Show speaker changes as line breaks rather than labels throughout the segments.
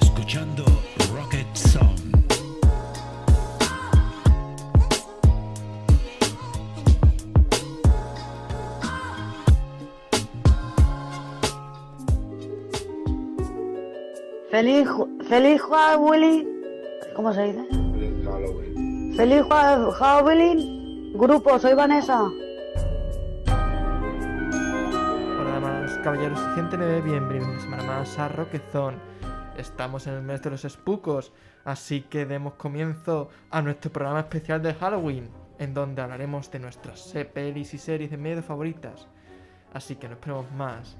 escuchando Rocket Sound.
Feliz, ju- feliz Halloween. ¿Cómo se dice?
Feliz Halloween.
Feliz Ju- Halloween. Grupo, soy Vanessa.
Hola damas, caballeros y gente de bienvenidos una semana más a Roquezón. Estamos en el mes de los espucos, así que demos comienzo a nuestro programa especial de Halloween, en donde hablaremos de nuestras se- pelis y series de miedo favoritas. Así que no esperemos más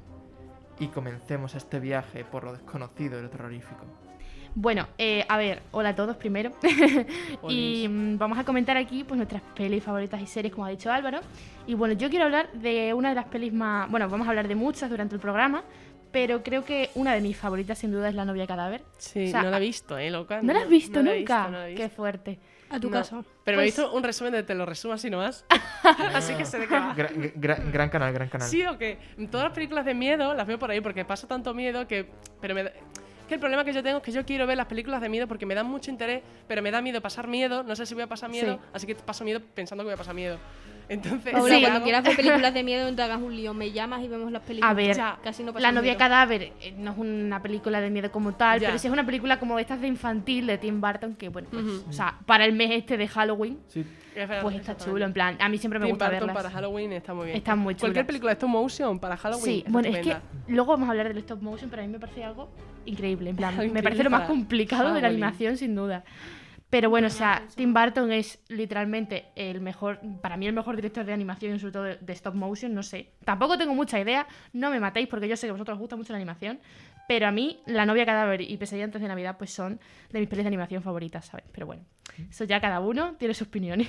y comencemos este viaje por lo desconocido y lo terrorífico.
Bueno, eh, a ver, hola a todos primero. y mm, vamos a comentar aquí pues nuestras pelis favoritas y series, como ha dicho Álvaro. Y bueno, yo quiero hablar de una de las pelis más. Bueno, vamos a hablar de muchas durante el programa, pero creo que una de mis favoritas sin duda es La novia cadáver.
Sí,
O sea,
no la he visto, ¿eh, loca?
¿No la has visto
no la he
nunca?
visto, no la he
Qué
visto.
fuerte.
A tu
No.
casa.
Pero he
Pues-
visto un resumen de te lo resumo así nomás. así que se
Gra-
deja.
gra- gran, canal, gran canal.
Sí, o que todas las películas de miedo las veo por ahí porque paso tanto miedo que. Pero me da- que el problema que yo tengo es que yo quiero ver las películas de miedo porque me dan mucho interés, pero me da miedo pasar miedo. No sé si voy a pasar miedo,
Sí.
así que paso miedo pensando que voy a pasar miedo. Entonces,
Paula,
Sí.
cuando quieras ver películas de miedo, no te hagas un lío. Me llamas y vemos las películas.
A ver,
Ya.
Casi no pasa
La novia
miedo.
cadáver eh, no es una película de miedo como tal,
Ya.
pero sí es una película como estas de infantil de Tim Burton, que bueno, pues,
Ujú.
o sea, para el mes este de Halloween,
Sí,
pues está chulo. En plan, a mí siempre me
Tim
gusta
Burton
verlas.
para Halloween está muy bien.
Están muy chulas.
Cualquier película de stop motion para Halloween.
Sí,
está
bueno, es
estupenda.
que luego vamos a hablar del stop motion, pero a mí me parece algo increíble. En plan, me
Increíble
parece lo más
para-
complicado de la
Halloween.
animación, sin duda. Pero bueno, o sea, Tim Burton es literalmente el mejor, para mí el mejor director de animación y sobre todo de stop motion, no sé. Tampoco tengo mucha idea, no me matéis porque yo sé que a vosotros os gusta mucho la animación, pero a mí La novia cadáver y Pesadilla antes de Navidad pues son de mis pelis de animación favoritas, ¿sabes? Pero bueno, eso ya cada uno tiene sus opiniones.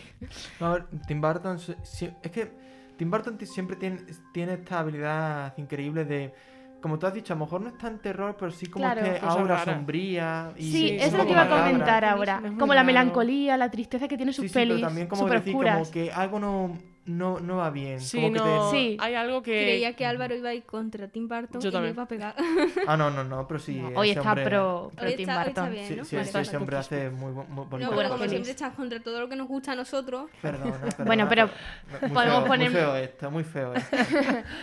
No, a ver, Tim Burton. se- sie- Es que Tim Burton ti- siempre tiene, tiene esta habilidad increíble de. Como tú has dicho, a lo mejor no es tan terror, pero sí como
Claro.
este
Cosa
aura
rara.
sombría. Y
Sí,
sí,
un
es lo
poco
que iba a
macabra.
comentar
Es
ahora.
muy
Como la
raro.
melancolía, la tristeza que tiene sus
Sí, sí,
pelis,
pero también como
súper
decir,
oscuras.
como que algo no, no, no va bien.
Sí,
como que
no,
te-
Sí.
hay algo que.
Creía que Álvaro iba a ir contra Tim Burton
Yo
y
también.
me iba a pegar.
Ah, no, no, no, pero sí.
No, hoy
ese
está
hombre-
pro, pro
Hoy
Tim
está- hoy está
Burton.
bien,
Sí,
¿no?
sí,
Vale,
sí,
vale.
ese hombre hace muy, bu- muy bonito.
No, bueno, como
Sí.
siempre estás contra todo lo que nos gusta a nosotros.
Perdona, perdona,
Bueno, pero
Muy
podemos
feo,
poner-
Muy feo esto, muy feo esto.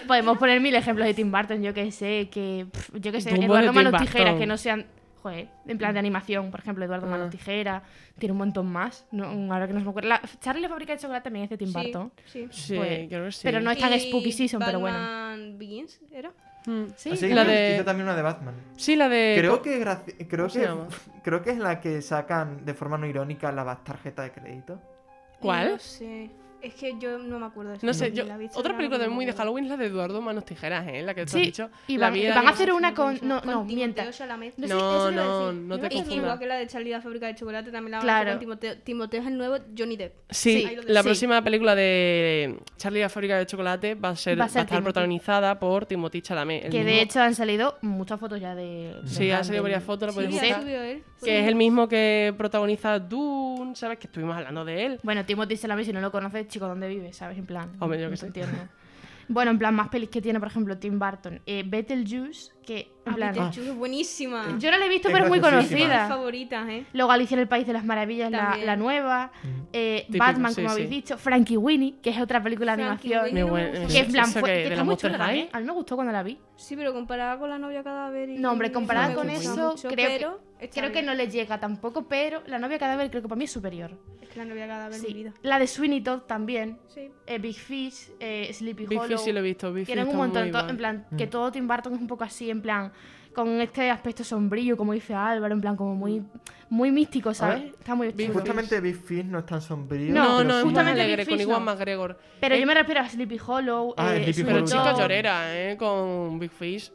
Podemos poner mil ejemplos de Tim Burton, yo que sé, que pff, yo que sé,
Dumbo de
Eduardo
Tim
Manos
Burton.
Tijeras, que no sean, joder, en plan de animación, por ejemplo, Eduardo
Ah.
Manos Tijeras, tiene un montón más, no, ahora que no se me acuerdo. La, Charlie la fábrica de chocolate también es de Tim Burton.
Sí, sí.
Sí,
Pues,
creo que sí.
pero no es tan
Y
spooky season, pero bueno.
Batman Begins, ¿era?
Mm.
Sí,
Así que
La
hizo-
de-
hizo también una de Batman.
Sí, la de.
Creo que, graci- creo,
Eh, ¿cómo se
que
llama?
creo que es la que sacan de forma no irónica la tarjeta de crédito.
¿Cuál?
No sé. Es que yo no me acuerdo.
No sé, yo,
La vi,
otra
seguramente
película
no
también
me
muy de
acuerdo.
Halloween es la de Eduardo Manos Tijeras, ¿eh? La que tú
Sí,
has dicho.
y
La
van,
vi-
y
la
van a
vi-
hacer una con... No,
Con
no,
Timoteo
mienta.
Chalamet.
No, sí,
No,
eso te iba a
no,
decir.
no
Yo creo
te
Y
que-
confundas.
igual que la de Charlie la fábrica de chocolate también la van a
Claro.
hacer con Timoteo. Timoteo es el nuevo Johnny Depp.
Sí,
Ahí lo
la
dejo.
próxima película de Charlie y la fábrica de chocolate va a ser,
Va
va
a
a
ser
estar
Timothy.
protagonizada por Timothy Chalamet. el
Que de
mismo-
hecho han salido muchas fotos ya de... de
Sí,
plan
han salido
del-
varias fotos, lo
Sí,
podéis
ya
la
buscar.
subió él.
Que es el mismo que protagoniza Dune, ¿sabes? Que estuvimos hablando de él.
Bueno, Timothy Chalamet, si no lo conoces, chico, ¿dónde vive? ¿Sabes? En plan.
Hombre, yo
no
qué
te
sé.
entiendo. Bueno, en plan, más pelis que tiene, por ejemplo, Tim Burton. Eh, Beetlejuice, que. En plan,
Peter Chu Ah, pues es buenísima.
Ah.
yo no la he visto,
Es
pero es muy
graciosísima.
mis
conocida.
favoritas, ¿eh?
Luego Alicia en el País de las Maravillas, la,
También.
la nueva. Eh,
Mm. Típico,
Batman,
sí,
como
sí.
habéis dicho. Frankie Winnie, que es otra película de
Frankie
animación.
Winnie no
Muy
me
buen-
gusta.
Que es
¿Es
plan,
eh, esa
fue-
que
que
de
está
la
muy
Monster
chula
High?
también. A mí me gustó cuando la vi.
Sí, pero comparada con la novia cadáver y...
No, hombre, comparada
con
eso, creo que- Creo que
no.
no le llega tampoco, pero La novia cadáver creo que para mí es superior.
Es que la novia cadáver
Sí.
mi vida.
La de Sweeney Todd también.
Sí.
eh, Big Fish, eh, Sleepy
Big
Hollow.
Fish sí lo he visto, Big Fish
Tienen un
está
montón,
muy Mm.
to-
guay.
en plan, que todo Tim Burton es un poco así, en plan, con este aspecto sombrío, como dice Álvaro, en plan, como
Mm.
muy, muy místico, ¿sabes? Está muy chulo.
Big Fish.
Justamente Big Fish no es tan sombrío.
No,
pero
no, es
sí-
muy
justamente
alegre,
Big
con
Fish
Iwan
no.
McGregor.
Pero
Eh,
yo me refiero a Sleepy Hollow. eh,
Ah, Sleepy
Sweeney
Pero
Hollow.
chica
Todd.
llorera, ¿eh? Con Big Fish.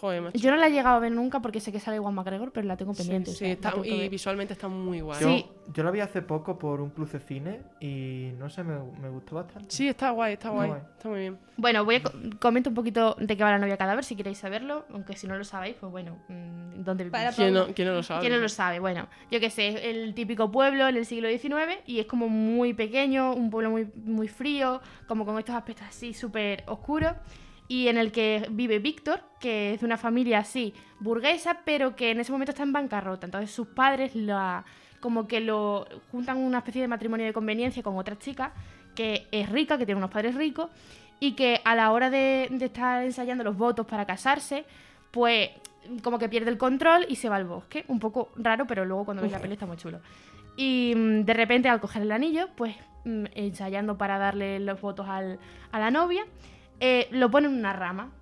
Joder, macho.
Yo no la he llegado a ver nunca porque sé que sale Juan McGregor, pero la tengo
Sí,
pendiente. o
sí,
sea, la
está-
tengo que
y
ver.
visualmente está muy guay.
Yo,
Sí.
yo la vi hace poco por un cruce cine y no sé, me, me gustó bastante.
Sí, está guay, está
Muy
guay.
guay.
Está muy bien.
Bueno, voy a co- comento un poquito de qué va la novia cadáver, si queréis saberlo, aunque si no lo sabéis, pues bueno, mm, ¿dónde vivís?
Para
¿Quién no, quién no lo sabe?
¿Quién no lo sabe? Bueno, yo qué sé, es el típico pueblo en el siglo XIX y es como muy pequeño, un pueblo muy, muy frío, como con estos aspectos así súper oscuros. y en el que vive Víctor, que es de una familia así burguesa, pero que en ese momento está en bancarrota. Entonces sus padres la, como que lo juntan una especie de matrimonio de conveniencia con otra chica que es rica, que tiene unos padres ricos, y que a la hora de, de estar ensayando los votos para casarse, pues como que pierde el control y se va al bosque. Un poco raro, pero luego cuando ves la peli está muy chulo. Y mm, de repente al coger el anillo, pues mm, ensayando para darle los votos al- a la novia, eh, lo pone en una rama.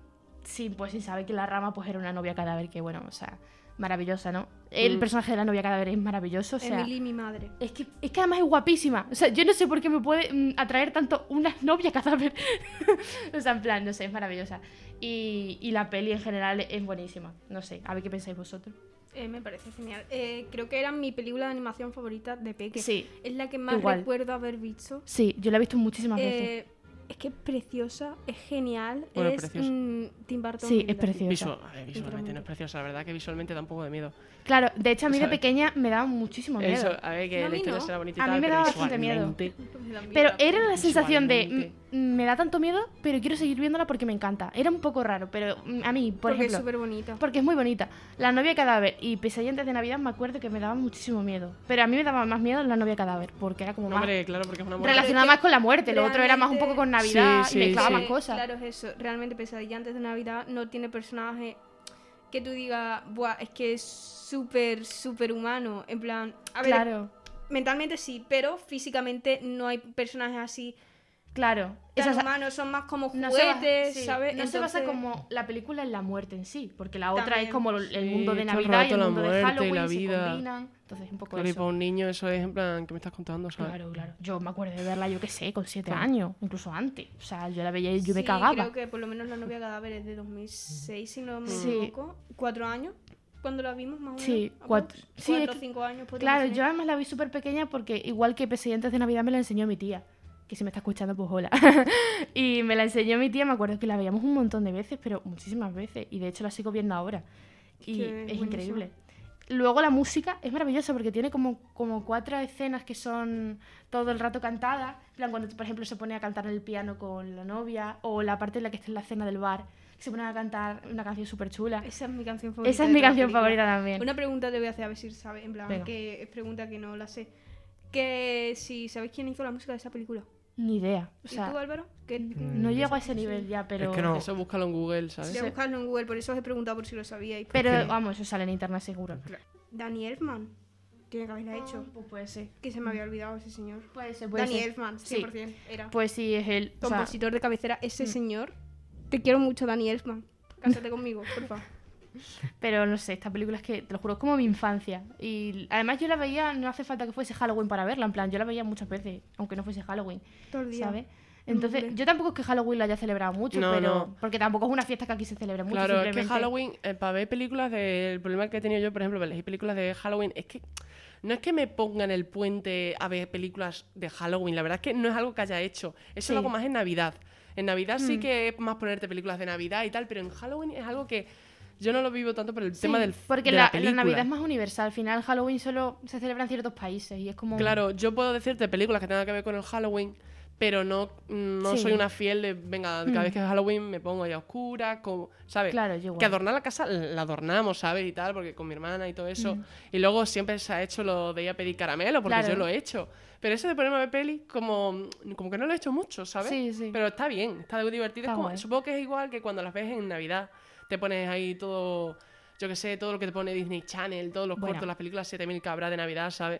Sí, pues sin saber que la rama pues era una novia cadáver, que bueno, o sea, maravillosa, ¿no? El
Mm.
personaje de la novia cadáver es maravilloso, o sea...
Emily, mi madre.
Es que, es que además es guapísima. O sea, yo no sé por qué me puede mm, atraer tanto una novia cadáver. o sea, en plan, no sé, es maravillosa. Y, y la peli en general es buenísima. No sé, a ver qué pensáis vosotros.
Eh, me parece genial. Eh, creo que era mi película de animación favorita de Peque.
Sí.
Es la que más
Igual.
recuerdo haber visto.
Sí, yo la he visto muchísimas veces.
Eh, es que es preciosa, es genial.
Bueno,
es
preciosa.
mm, Tim Burton.
Sí,
mil
es
veces.
preciosa.
Visual- a ver, visualmente no es preciosa, la verdad que visualmente da un poco de miedo.
Claro, de hecho a mí de
¿sabes?
pequeña me daba muchísimo miedo.
Eso, a ver, que
No, a
la
mí
historia
no.
será bonita y
A mí
tal,
me
pero
daba bastante miedo.
visualmente-
Pero era la sensación de
visualmente.
mm, mm, me da tanto miedo, pero quiero seguir viéndola porque me encanta. Era un poco raro, pero mm, a mí, por
Porque es
ejemplo,
súper bonita.
Porque es muy bonita. La novia cadáver y Pesadilla antes de Navidad me acuerdo que me daba muchísimo miedo. Pero a mí me daba más miedo la novia cadáver, porque era como
No,
más
hombre, claro, porque es una muerte.
relacionada más con la muerte. Lo otro era más un
realmente-
poco con Navidad
Sí,
y
sí,
mezclaba
sí.
más cosas.
Claro, es eso. Realmente Pesadilla antes de Navidad no tiene personaje que tú digas, Buah, es que es súper, súper humano. En plan, a ver,
Claro,
mentalmente sí, pero físicamente no hay personajes así
claro.
tan
Esa-
humanos, son más como
no se basa-
juguetes,
sí,
¿sabes?
no se basa
Entonces,
como la película en la muerte en sí, porque la otra
También,
es como el el mundo de
sí, todo el
Navidad y
rato
el
la
mundo de
muerte y
Halloween
la
se
vida.
combinan. Entonces es un poco
Claro, y para
eso.
un niño eso es en plan, ¿qué me estás contando? ¿sabes?
Claro, claro. Yo me acuerdo de verla, yo qué sé, con siete
Claro.
años, incluso antes. O sea, yo la veía y yo me
sí,
cagaba.
Creo que por lo menos la novia cadáver es de 2006, si no me
Sí.
equivoco. ¿Cuatro años? Cuando la vimos, más o menos.
Sí,
aprox.
cuatro- sí, es
cuatro o
que-
cinco años. podría
Claro,
ser.
yo además la vi súper pequeña porque igual que Presidentes de Navidad me la enseñó mi tía, que si me está escuchando, pues hola. y me la enseñó mi tía, me acuerdo que la veíamos un montón de veces, pero muchísimas veces, y de hecho la sigo viendo ahora. Y
que
es
buenísimo.
increíble. Luego la música es maravillosa porque tiene como, como cuatro escenas que son todo el rato cantadas. En plan, cuando, por ejemplo, se pone a cantar en el piano con la novia, o la parte en la que está en la cena del bar, que se ponen a cantar una canción súper chula.
Esa es mi canción favorita.
Esa es
de
mi
toda la
canción
película.
favorita también.
Una pregunta te voy a hacer, a ver si sabes, en plan,
Venga.
que es pregunta que no la sé. Que si sabéis quién hizo la música de esa película.
Ni idea. O
¿Y tú,
sea, mm,
Álvaro? Que mm,
no
Mm,
llego a ese nivel ya, pero...
que no.
Eso búscalo en Google, ¿sabes?
voy a buscarlo en Google, por eso os he preguntado por si lo sabíais.
Pero
Porque-
vamos, eso sale en internet seguro.
Danny Elfman, tiene que haberla hecho.
Pues puede ser.
Que se me había olvidado ese señor.
Puede ser, puede
Danny
ser.
Elfman,
Sí.
100% era.
Pues sí, es el o sea, mm.
Compositor de cabecera, ese señor. Te quiero mucho, Danny Elfman. Cásate conmigo, porfa.
pero no sé, esta película es que, te lo juro, es como mi infancia. Y además yo la veía, no hace falta que fuese Halloween para verla, en plan, yo la veía muchas veces, aunque no fuese Halloween,
Todo el día.
¿sabes? Entonces,
Hombre.
yo tampoco es que Halloween la haya celebrado mucho,
No,
pero
no.
porque tampoco es una fiesta que aquí se celebra mucho.
Claro, es que
simplemente-
Halloween, eh, para ver películas del problema que he tenido yo, por ejemplo, para elegir películas de Halloween, es que no es que me ponga en el puente a ver películas de Halloween, la verdad es que no es algo que haya hecho. Eso
Sí.
lo hago más en Navidad. En Navidad sí
Mm.
que es más ponerte películas de Navidad y tal, pero en Halloween es algo que yo no lo vivo tanto por el
Sí,
tema del
porque
de
la,
la, película.
Navidad es más universal. Al final, Halloween solo se celebra en ciertos países y es como.
Claro, yo puedo decirte películas que tengan que ver con el Halloween, pero no, no
Sí.
soy una fiel de, venga, cada
Mm.
vez que es Halloween me pongo ya oscura, como, ¿sabes?
Claro, yo igual.
Que adornar la casa la adornamos, ¿sabes? Y tal, porque con mi hermana y todo eso. Y luego siempre se ha hecho lo de ir a pedir caramelo, porque
Mm. Claro.
yo lo he hecho. Pero eso de ponerme a ver peli, como, como que no lo he hecho mucho, ¿sabes?
Sí, sí.
Pero está bien, está divertido. Es
Está
como-
guay.
supongo que es igual que cuando las ves en Navidad. Te pones ahí todo, yo qué sé, todo lo que te pone Disney Channel, todos los
Bueno.
cortos, las películas 7000 cabras de Navidad, ¿sabes?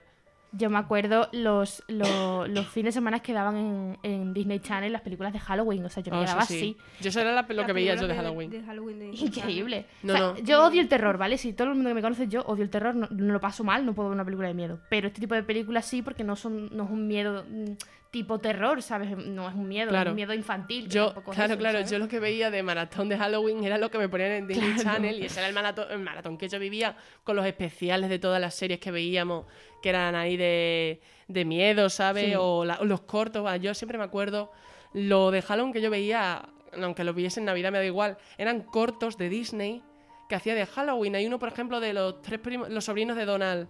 Yo me acuerdo los, lo- los, fines de semana que daban en, en Disney Channel las películas de Halloween. O sea, yo me
Ah,
quedaba
sí,
así.
sí. Yo eso era la- lo
La
que veía
película
yo de Halloween.
De Halloween de
Increíble.
No,
O sea,
no.
Yo odio el terror, ¿vale? Si todo el mundo que me conoce, yo odio el terror, no, no lo paso mal, no puedo ver una película de miedo. Pero este tipo de películas sí, porque no, son, no es un miedo mm, tipo terror, ¿sabes? No es un miedo, es
Claro.
un miedo infantil. que
Yo,
tampoco es
claro,
eso,
claro,
¿sabes?
yo lo que veía de maratón de Halloween era lo que me ponían en Disney Channel y ese era el maratón, el maratón que yo vivía con los especiales de todas las series que veíamos que eran ahí de, de miedo, ¿sabes?
Sí.
O, la- o los cortos, ah, yo siempre me acuerdo lo de Halloween que yo veía, aunque lo viese en Navidad me da igual, eran cortos de Disney que hacía de Halloween. Hay uno, por ejemplo, de los tres primos, los sobrinos de Donald.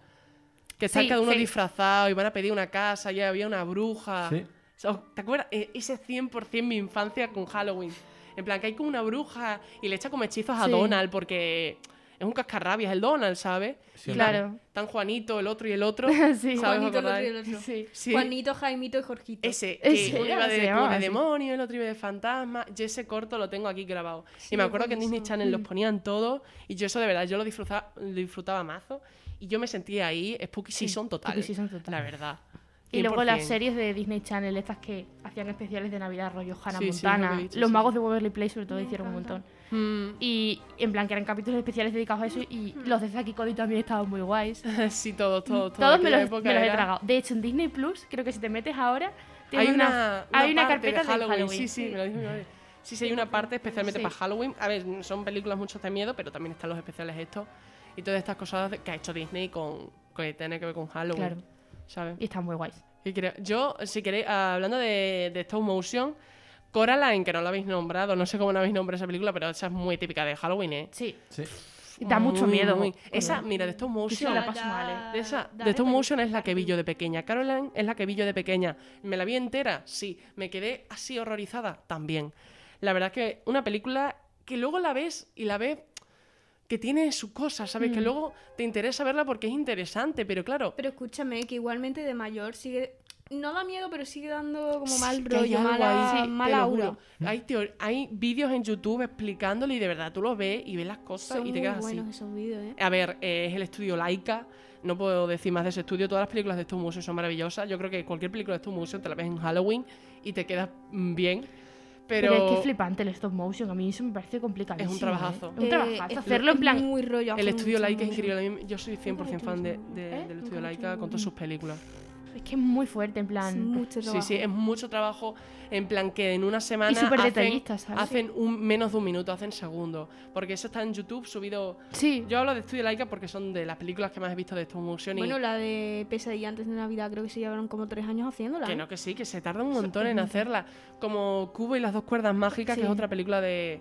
Que están
Sí,
cada uno
sí.
disfrazado y van a pedir una casa, y había una bruja.
Sí.
O sea, ¿Te acuerdas? E- Ese 100% mi infancia con Halloween. En plan, que hay como una bruja y le echa como hechizos a
Sí.
Donald porque es un cascarrabias el Donald, ¿sabes?
Sí,
Claro.
Tan Juanito, el otro y el otro.
Sí.
¿Sabes?
Juanito, el otro y
acordáis?
el otro.
Sí.
Sí.
Juanito, Jaimito y Jorgito.
Ese, que
Ese,
uno iba de,
se
como
llamaba
de
así.
demonio, el otro iba de fantasma. Yo ese corto lo tengo aquí grabado.
Sí,
y me acuerdo que en
buenísimo.
Disney Channel los ponían todos y yo eso de verdad, yo lo disfrutaba, lo disfrutaba mazo y yo me sentía ahí Spooky Season total.
Spooky season total.
La verdad.
Y luego las
100%.
series de Disney Channel, estas que hacían especiales de Navidad, rollo Hannah
Sí, sí,
Montana.
lo que he dicho,
Los
sí.
magos de Waverly Place, sobre todo,
Me
hicieron
encanta.
un montón.
Mm,
Y en plan, que eran capítulos especiales dedicados a eso. Y los de Zaki Cody también estaban muy guays.
sí, todos, todos, todos.
Todos me
aquella
los,
época
me los he
era-
tragado. De hecho, en Disney Plus, creo que si te metes ahora, tiene
Hay una,
hay una
parte
carpeta de Halloween.
Sí, sí, me lo dijo mi madre. Sí, sí, hay una parte especialmente
Sí.
para Halloween. A ver, son películas muchas de miedo, pero también están los especiales estos y todas estas cosas que ha hecho Disney con que tiene que ver con Halloween.
Claro.
¿Sabes?
y están muy guays.
¿Qué creo? Yo, si queréis, ah, hablando de, de stop motion, Coraline, que no la habéis nombrado, no sé cómo no habéis nombrado esa película, pero esa es muy típica de Halloween, ¿eh?
Sí,
Sí.
y da mucho
Muy,
miedo.
muy. Esa, mira, de stop
Sí,
motion.
la paso mal, eh.
De esa,
Dale,
de stop
pero-
motion es la que vi yo de pequeña. Caroline es la que vi yo de pequeña. ¿Me la vi entera? Sí. ¿Me quedé así horrorizada? También. La verdad es que una película que luego la ves y la ves que tiene su cosa, ¿sabes? Que
Mm.
luego te interesa verla porque es interesante, pero claro.
Pero escúchame, que igualmente de mayor sigue. No da miedo, pero sigue dando como mal
que hay
rollo,
algo
mala,
ahí, te
mala
lo
aura.
juro. Hay, teo- hay vídeos en YouTube explicándolo y de verdad tú los ves y ves las cosas
Son
y te
muy
quedas
buenos
así.
esos vídeos, ¿eh?
A ver, eh, es el estudio Laika. No puedo decir más de ese estudio. Todas las películas de Stone Museo son maravillosas. Yo creo que cualquier película de Stone Museo te la ves en Halloween y te quedas mm, bien. Pero,
Pero... es que es flipante el stop motion. A mí eso me parece complicadísimo.
Es un trabajazo.
¿eh? Es un
Eh,
trabajazo.
es-
Hacerlo en
es
plan.
muy rollo,
el
hace
estudio
mucho,
Laika es
mucho.
increíble. A mí- Yo soy 100% fan de- de-
¿Eh?
del estudio Laika con todas sus películas.
Es que es muy fuerte, en
Es
plan.
mucho
Sí,
trabajo.
sí, es mucho trabajo. En plan, que en una semana.
Y súper
hacen-
detallista, ¿sabes?
Hacen un, menos de un minuto, hacen segundos. Porque eso está en YouTube subido.
Sí,
Yo hablo de Studio Laika porque son de las películas que más he visto de Stone Motion. Y
Bueno, la de Pesadilla antes de Navidad creo que se llevaron como tres años haciéndola.
que
¿eh?
no, que sí, que se tarda un montón en hacerla. Como Cubo y las dos cuerdas mágicas, que
Sí.
es otra película de,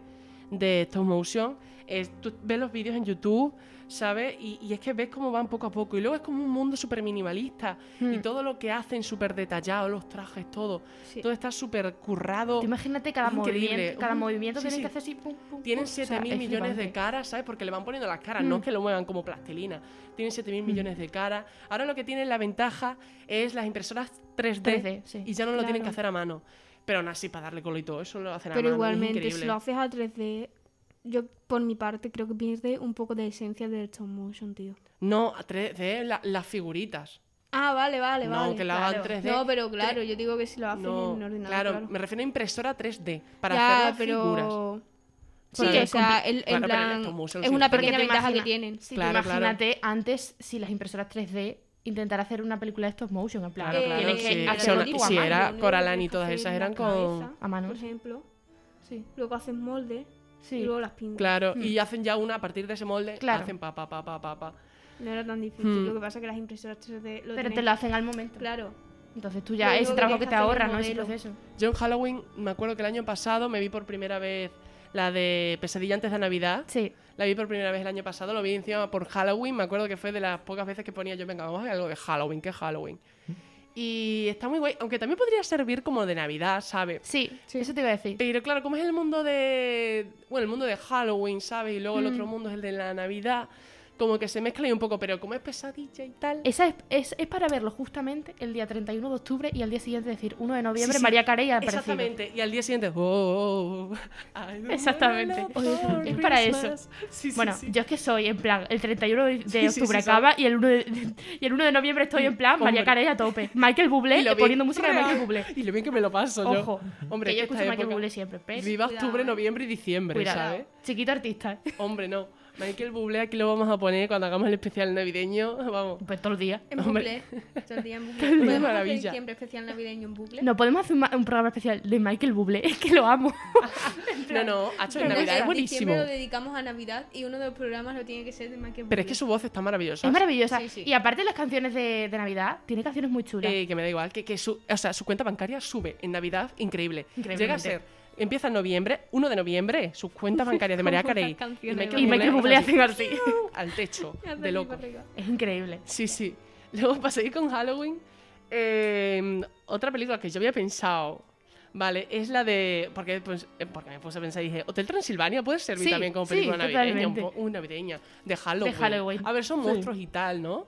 de Stone Motion. eh, tú ves los vídeos en YouTube, ¿sabes? Y, y es que ves cómo van poco a poco. Y luego es como un mundo súper minimalista. Y
Hmm.
todo lo que hacen súper detallado, los trajes, todo.
Sí.
Todo está súper currado.
Tú imagínate cada
Es increíble.
movimiento, cada
Mm,
movimiento
sí,
tienen
sí.
que hacer así. Pum, pum,
Tienen
pum. O sea,
7.000 mil
es
millones de
flipante.
caras, ¿sabes? Porque le van poniendo las caras, no
Mm.
es que lo muevan como plastilina. Tienen 7.000
Hmm.
mil millones de caras. Ahora lo que tienen la ventaja es las impresoras 3D,
3D, sí.
y ya no lo tienen que
Claro.
hacer a mano. Pero aún así, para darle color y todo eso, lo hacen a mano.
Pero
es
igualmente, si
increíble.
lo haces a 3D, yo por mi parte creo que pierde un poco de esencia del stop motion, tío.
No, a 3D, la- las figuritas.
Ah, vale, vale,
no,
vale.
que la hagan
claro.
3D.
No, pero claro,
Tre-
yo digo que si lo haces
no,
en ordenador.
claro,
Claro,
me refiero a impresora 3D para
Ya,
hacer las
pero...
figuras.
Sí,
Claro,
o
es
sea, el, en
Claro, pero el
plan,
stop motion
es
sí.
una
Porque
pequeña
te
ventaja que
imaginas-
tienen.
Sí, tú
Claro, claro.
imagínate antes si las impresoras 3D intentar hacer una película de stop motion, en plan,
Claro,
Eh,
claro,
tienes
sí,
que
pero
hacerlo
no
tú a
si
mano.
era
Lo único que
Coraline
tienes
y
que
todas
hacer
esas
es
eran
la
con-
cabeza,
a mano.
Por ejemplo,
Sí,
luego haces molde y
sí.
luego las pintas.
Claro, y hacen ya una a partir de ese molde,
Claro.
hacen pa, pa, pa, pa, pa, pa.
No era tan difícil.
Hmm.
Lo que pasa es que las impresoras 3D
Pero
lo tienen-
te lo hacen al momento.
Claro.
Entonces tú
Lo
ya,
único
ese
que
trabajo
tienes
que
que
te
hacer es
ahorras, ¿no? Ese
modelo.
proceso.
Yo en Halloween me acuerdo que el año pasado me vi por primera vez la de Pesadilla antes de Navidad.
Sí.
La vi por primera vez el año pasado, lo vi encima por Halloween. Me acuerdo que fue de las pocas veces que ponía yo, venga, vamos a ver algo de Halloween, que es Halloween. Y está muy guay, aunque también podría servir como de Navidad, ¿sabes?
sí, eso te iba a decir.
Pero claro, como es el mundo de. Bueno, el mundo de Halloween, ¿sabes? Y luego el
Mm.
otro mundo es el de la Navidad. Como que se mezcla ahí un poco, pero como es pesadilla y tal.
Esa es, es, es para verlo justamente el día 31 de octubre y al día siguiente, es decir, 1 de noviembre,
Sí, sí.
María Carey ha aparecido.
Exactamente. Y al día siguiente. "Oh, oh, oh, I don't
Exactamente.
wanna love
Es para eso.
Christmas". Sí, sí,
Bueno,
sí.
yo es que soy en plan, el 31 de de
Sí, sí,
octubre
sí,
acaba y el 1 de, y el 1 de noviembre estoy en plan María
Hombre.
Carey a tope. Michael Bublé
Y lo bien-
poniendo música de Michael Bublé.
Y lo bien que me lo paso
Ojo,
yo. Hombre,
que yo
es que
escucho
esta
Michael
época-
Bublé siempre, pero
Viva
Cuidado,
octubre,
eh.
noviembre y diciembre,
cuidado.
¿sabes?
Chiquito artista, ¿eh?
Hombre, no. Michael Bublé aquí lo vamos a poner cuando hagamos el especial navideño. Vamos.
pues todos los días.
En
Hombre.
bucle. Todo el día en bucle. Podemos hacer
maravilla.
diciembre especial navideño en bucle.
No podemos hacer un, ma- un programa especial de Michael Bublé, es que lo amo.
No, no, ha hecho en
Pero
Navidad,
eso,
es buenísimo.
Diciembre lo dedicamos a Navidad y uno de los programas lo tiene que ser de Michael
Pero es
Bublé.
que su voz está maravillosa.
es maravillosa.
Sí, sí.
Y aparte las canciones de, de Navidad, tiene canciones muy chulas.
Eh, que me da igual, que, que su, o sea, su cuenta bancaria sube en Navidad, increíble.
Increíblemente.
Llega a ser, empieza en noviembre, 1 de noviembre, sus cuentas bancarias de María
Como
Carey
las canciones,
y Michael Bublé
hacen
hacen así.
así, al techo,
Ya te
de
digo
loco.
arriba.
es increíble.
Sí, sí. em, Luego, para seguir con Halloween, eh, otra película que yo había pensado Vale, es la de. Porque, pues, eh, porque me puse a pensar y dije: Hotel Transilvania puede servir
Sí,
también como
sí,
película navideña, un
totalmente.
po- un navideña. De Halloween.
Halloween.
A ver, son
Sí.
monstruos y tal, ¿no?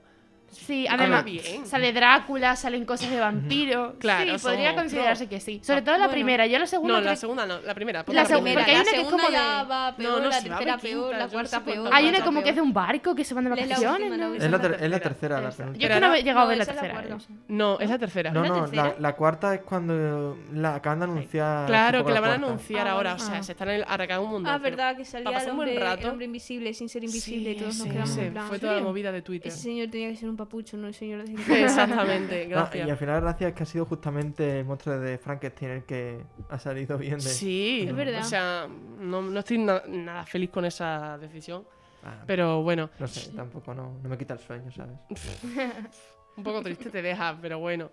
Sí,
Ah,
además
bien.
sale Drácula, salen cosas de vampiros.
Claro,
sí, podría
son-
considerarse que sí. Sobre todo la
Bueno.
primera, yo la segunda.
No,
creo-
la segunda no, la primera. ponme
La
La,
seg-
primera,
porque hay
la
una que es
segunda
como
ya
de-
va peor,
No, no,
la
si va
tercera
de
peor,
quinta, yo
la
no
cuarta
sé cuánto
peor.
Hay
Cuatro,
una como que es de un barco que se van de
Es la
vacaciones.
última,
¿no?
la
Es la,
Esa
ter-
es la
es la tercera,
tercera.
la
Esa. Yo
penúltima.
es que no he llegado a ver la
esa es
tercera.
cuarta.
eh.
No, es la tercera.
No,
¿Es la
no, la,
tercera?
la cuarta es cuando la acaban de anunciar. hace
Claro,
poco
que la van a
cuarta.
anunciar
Ah,
ahora. O
vale.
sea,
Ah.
se están en- arrancando un mundo.
Ah,
pero-
verdad, que
para
salía el
pasar un buen
hombre,
rato.
el hombre invisible, sin ser invisible,
Sí,
todos nos
ese,
quedamos
ese,
en plan.
Fue toda la movida de Twitter.
Ese señor tenía que ser un papucho, no el señor de
Exactamente,
No, Ah, y al
gracias.
final, gracias, es que ha sido justamente el monstruo de Frankenstein el que ha salido bien de.
Sí,
Es verdad.
O sea, no, no estoy na- nada feliz con esa decisión.
Ah,
Pero bueno,
No sé, tampoco no, no me quita el sueño, ¿sabes?
un poco triste te deja, pero bueno.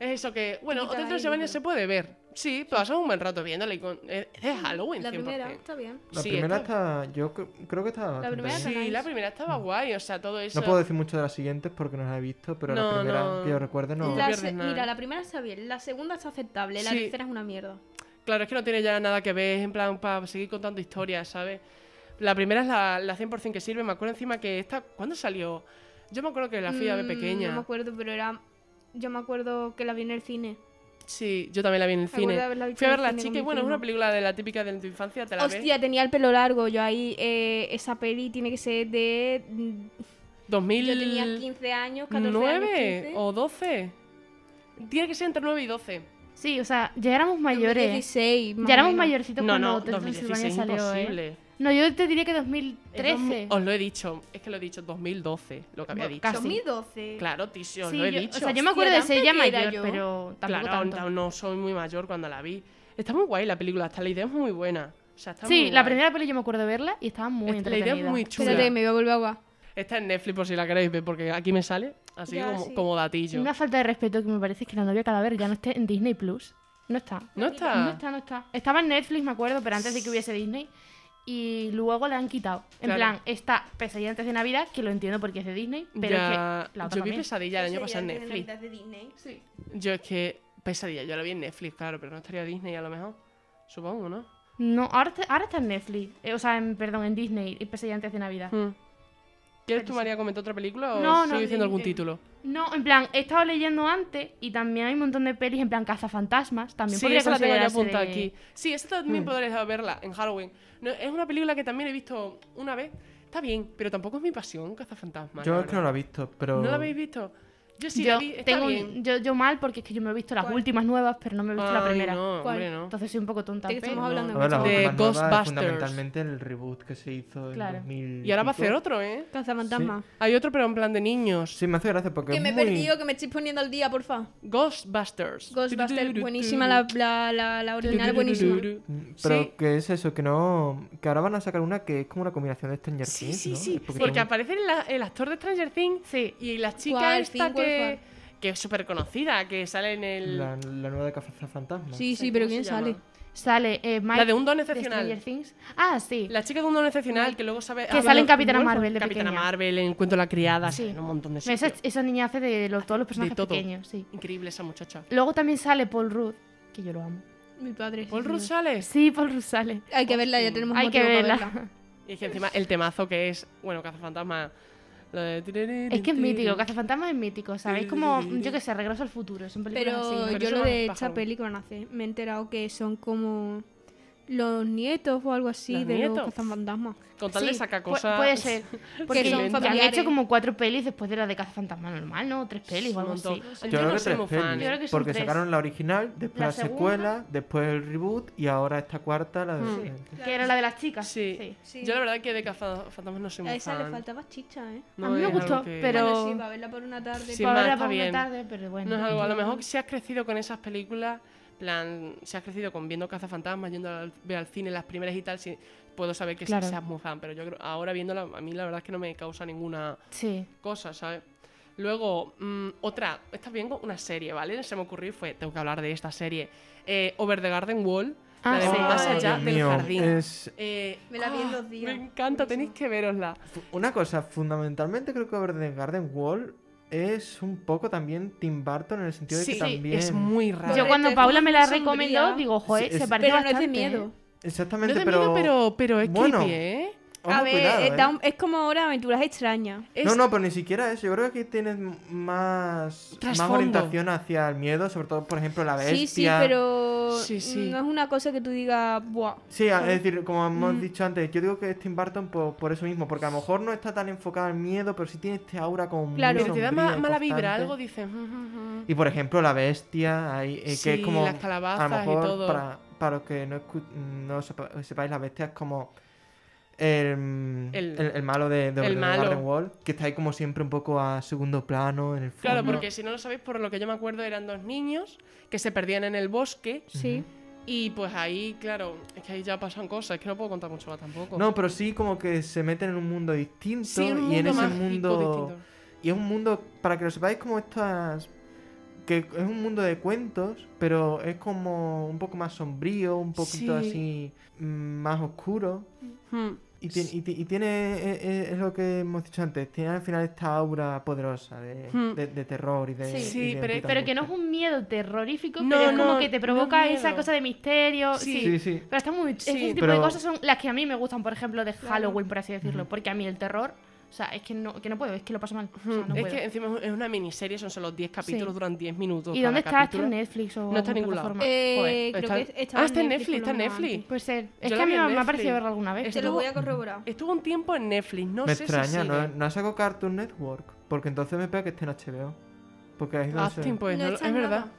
Es eso que, bueno,
Te quita
Hotel
el
Transylvania
aire.
se puede ver. Sí, pasas un buen rato viéndola. y con- Es es Halloween,
La
100%.
primera, está bien.
La
Sí,
primera
está-
está. Yo cre- creo que está. bastante
primera
bien.
está-
Sí,
nice.
la primera estaba guay, o sea, todo eso.
No puedo decir mucho de las siguientes porque no las he visto, pero
No,
la primera
no.
que yo recuerde no.
La
pierdes
se-
nada.
Mira, la primera está bien, la segunda está aceptable, la
Sí.
tercera es una mierda.
Claro, es que no tiene ya nada que ver, en plan, para seguir contando historias, ¿sabes? La primera es la, la 100% que sirve, me acuerdo encima que esta, ¿cuándo salió? Yo me acuerdo que la fui a ver
Mm,
pequeña.
No me acuerdo, pero era. Yo me acuerdo que la vi en el cine.
Sí, yo también la vi en el
acuerdo
cine.
de haberla visto
Fui a
en
ver
el
La
cine con
Chica y
mi
bueno, es
primo.
una película de la típica de tu infancia, te la
Hostia, tenía el pelo largo. Yo ahí, eh, esa peli tiene que ser de. mm,
ves.
Yo tenía
2009
15 años, 14 años. 15,
o 12. Tiene que ser entre 9 y 12.
Sí, o sea, ya éramos mayores.
2016, más
Ya
o
éramos
menos.
mayorcitos
No,
cuando
no,
Hotel
2016
Transilvania salió, ¿eh?
imposible.
No, yo te diría que
Es
2013.
2000 Os lo he dicho, es que lo he dicho 2012, lo que había
Bueno,
dicho.
casi.
2012.
Claro, tío, os
Sí,
lo he
yo-
dicho.
O sea, yo me acuerdo de
Hostia,
ser ya
tan pequeña
mayor,
yo.
pero tampoco
claro,
tanto.
no, no soy muy mayor cuando la vi. Está muy guay la película, hasta la idea es muy buena. O sea, está
Sí,
muy
la
guay.
primera peli yo me acuerdo verla y estaba muy
Es- Este, la idea
entretenida.
es muy chula.
Espérate, me voy a volver a agua.
Está en Netflix por si la queréis ver, porque aquí me sale. Así
Ya,
como,
sí.
como datillo.
Una falta de respeto que me parece es que la novia cadáver ya no esté en Disney Plus. No está.
¿No está?
No está, no está. Estaba en Netflix, me acuerdo, pero antes de que hubiese Disney. Y luego la han quitado. En
Claro.
plan, está Pesadilla antes de Navidad, que lo entiendo porque es de Disney, pero
Ya-
es que la otra
yo vi
también.
Pesadilla el año pasado en
Sería
Netflix.
de Disney.
Yo es que Pesadilla, yo la vi en Netflix, claro, pero no estaría Disney a lo mejor. Supongo, ¿no?
No, ahora, está- ahora está en Netflix. Eh, o sea, en, perdón, en Disney, y Pesadilla antes de Navidad.
Hmm. ¿Quieres tú, María, comentar otra película o
No, no,
estoy diciendo
eh,
algún
eh,
título?
No, en plan, he estado leyendo antes y también hay un montón de pelis en plan Cazafantasmas. También
Sí,
podría
esa la tengo ya
considerarse
apuntada
de- Hmm.
aquí. Sí, esa también podréis verla en Halloween. No, es una película que también he visto una vez. Está bien, pero tampoco es mi pasión, Cazafantasmas.
Yo
la
es que no
verdad.
la he visto, pero.
¿No la habéis visto? Yo sí la
yo,
vi, está
tengo un-
bien.
yo, yo mal porque es que yo me he visto las
¿Cuál?
últimas nuevas, pero no me he visto la
Ay,
primera.
No, hombre,
¿Cuál?
no.
Entonces soy un poco tonta.
¿De qué
pero-
estamos hablando?
A ver, la
De
última nueva es
Ghostbusters.
fundamentalmente el reboot que se hizo en
Claro.
2000.
Y ahora va a hacer
pico.
otro, ¿eh?
Cazafantasma.
Hay otro, pero en plan de niños.
Sí, me hace gracia porque.
Que me he
es muy...
perdido, que me estoy poniendo al día, porfa.
Ghostbusters.
Ghostbusters, buenísima la, la, la, la original, buenísima.
Mm, Pero
Sí.
que es eso, que no. Que ahora van a sacar una que es como una combinación de Stranger
Sí,
Things.
sí,
¿no?
sí.
Es porque
Porque
tiene-
aparece la- el actor de Stranger Things
Sí.
y la chica
¿Cuál?
esta
¿Cuál?
que,
¿Cuál?
que es súper conocida, que sale en el...
la, la nueva de Caza Fantasma.
Sí, sí,
¿cómo
pero
se
¿quién
llama?
sale?
Sale eh, Mike
La de un don
de Stranger
excepcional.
Things. Ah, sí.
La chica de un don excepcional que luego sabe...
Que
ah,
sale en
bueno,
Capitana
bueno,
Marvel de
Capitana
pequeña.
Marvel, en Cuento de la Criada,
Sí.
sí. en un montón de
esa,
sitios.
esa niña hace de lo- todos los personajes
todo.
pequeños, sí.
Increíble esa muchacha.
Luego también sale Paul Rudd, que yo lo amo.
Mi padre. sí,
Paul
sí.
Rudd sale.
Sí, Paul Rudd sale.
Hay que verla, ya tenemos
Hay que
motivo para
verla.
Y es que encima el temazo que es, bueno, Cazafantasma... Lo de...
Es que es mítico, Cazafantasmas es mítico, ¿sabes? Es como, yo que sé, Regreso al Futuro, son películas
Pero
así.
Pero
yo
eso
lo
no es
de
pájaro.
esta película no sé. Me he enterado que son como los nietos o algo así
¿Los
de
nietos?
los cazafantasmas.
Con tal de
Sí,
sacar
pu-
cosas...
Puede ser. Porque
son
ya han
familiares.
hecho como cuatro pelis después de la de Cazafantasmas normal, ¿no? Tres pelis o algo
Un
así.
montón.
Yo creo
no
que
soy
tres
muy
pelis,
fan.
Yo creo que son
porque
tres.
sacaron la original, después
La
la,
segunda.
secuela, después el reboot y ahora esta cuarta, la de...
Hmm.
Que era la de las chicas.
Sí.
Sí.
Yo la verdad que de Cazafantasmas no soy muy
A esa
fan.
le faltaba chicha, ¿eh?
No
A mí me
es algo
gustó,
que-
pero-
Bueno, sí, para verla por una tarde.
Sí,
Para
más,
verla
está
por una
bien.
tarde, pero bueno.
No es algo, a lo mejor si has crecido con esas películas, plan, si has crecido con viendo Cazafantasmas, yendo al, ver al cine las primeras y tal, sí, puedo saber que sí
Claro.
seas muy fan, pero yo creo, ahora viéndola, a mí la verdad es que no me causa ninguna
Sí.
cosa, ¿sabes? Luego, mm, otra, esta bien con una serie, ¿vale? Se me ocurrió y fue, tengo que hablar de esta serie, eh, Over the Garden Wall,
Ah,
la de
sí.
Más
Ay,
allá
Dios
del
mío,
jardín.
es-
Eh,
Me la vi en dos días.
Me encanta, tenéis que verosla.
fu- Una cosa, fundamentalmente creo que Over the Garden Wall es un poco también Tim Burton en el sentido de
Sí,
que también...
es muy raro.
Yo
Correcto,
cuando
es
Paula
muy
me la
sombría.
recomendó, digo, joder,
Sí,
se
es-
parece
Pero no es de
bastante, ¿eh?".
miedo.
Exactamente,
No te
pero...
miedo, pero, pero es
Bueno.
creepy, ¿eh?
Ojo,
a ver,
cuidado,
eh,
¿eh?
da un- es como ahora aventuras extrañas.
Es-
No, no, pero ni siquiera eso. Yo creo que aquí tienes más, más
Trasfondo.
orientación hacia el miedo, sobre todo, por ejemplo, la bestia.
Sí, sí, pero mm,
Sí, sí.
no es una cosa que tú digas, buah.
Sí, a- es decir, como
Mm.
hemos dicho antes, yo digo que es Tim Burton por, por eso mismo, porque a lo mejor no está tan enfocada al miedo, pero sí tiene este aura como
Claro.
muy
Si te da
sombría
ma-
y
mala vibra,
constante.
algo dices. "Mm, mm, mm".
Y por ejemplo, la bestia, ahí, eh, que es
Sí,
como.
las
a lo
calabazas y
mejor,
todo.
Para, para los que no, escu- no sepa- sepáis, la bestia es como. El,
El-
el, el malo de, de,
el
de
malo.
Warren Wall, que está ahí como siempre un poco a segundo plano en el fondo.
Claro, porque si no lo sabéis, por lo que yo me acuerdo, eran dos niños que se perdían en el bosque.
Sí.
Y pues ahí, claro, es que ahí ya pasan cosas. Es que no puedo contar mucho más tampoco.
No, pero sí como que se meten en un mundo distinto
sí, un
y en
mundo
ese
mágico
mundo
distinto.
y es un mundo para que lo sepáis como estas que es un mundo de cuentos, pero es como un poco más sombrío, un poquito
Sí.
así mm, más oscuro.
Hmm.
Y tiene, y ti- y tiene eh, eh, es lo que hemos dicho antes, tiene al final esta aura poderosa de,
Hmm.
de- de terror y de...
Sí.
y
Sí,
de
pero-
puta
Pero que no es
angustia.
un miedo terrorífico,
No,
pero es
no,
como que te
no
provoca
es
esa
miedo.
cosa de misterio.
Sí.
Sí.
Sí, sí.
Pero está muy.
Sí,
ese tipo
pero-
de cosas son las que a mí me gustan, por ejemplo, de
Claro.
Halloween, por así decirlo.
Ujú.
Porque a mí el terror. O sea, es que no, que no puedo, es que lo paso mal. O sea, no
es
puedo.
que encima es una miniserie, son solo 10 capítulos,
Sí.
duran 10 minutos.
¿Y
cada
dónde está? ¿Está
capítulo.
en Netflix o
No está en
alguna
ningún lado.
plataforma? Joder.
Eh, creo
Está-
que es- estaba
ah, está en Netflix, está en
por lo menos
Netflix.
antes.
Puede ser.
Yo
Es
la
que a
vi
mí me- me
en
ha
Netflix.
parecido verlo alguna vez.
Te
Estuvo-
lo voy a corroborar.
Estuvo un tiempo en Netflix, no
me
sé si
extraña,
sigue.
no, no ha sacado Cartoon Network, porque entonces me pega que esté en HBO. Porque ahí no
Austin, pues,
No
no lo-
está
es
en nada.
verdad.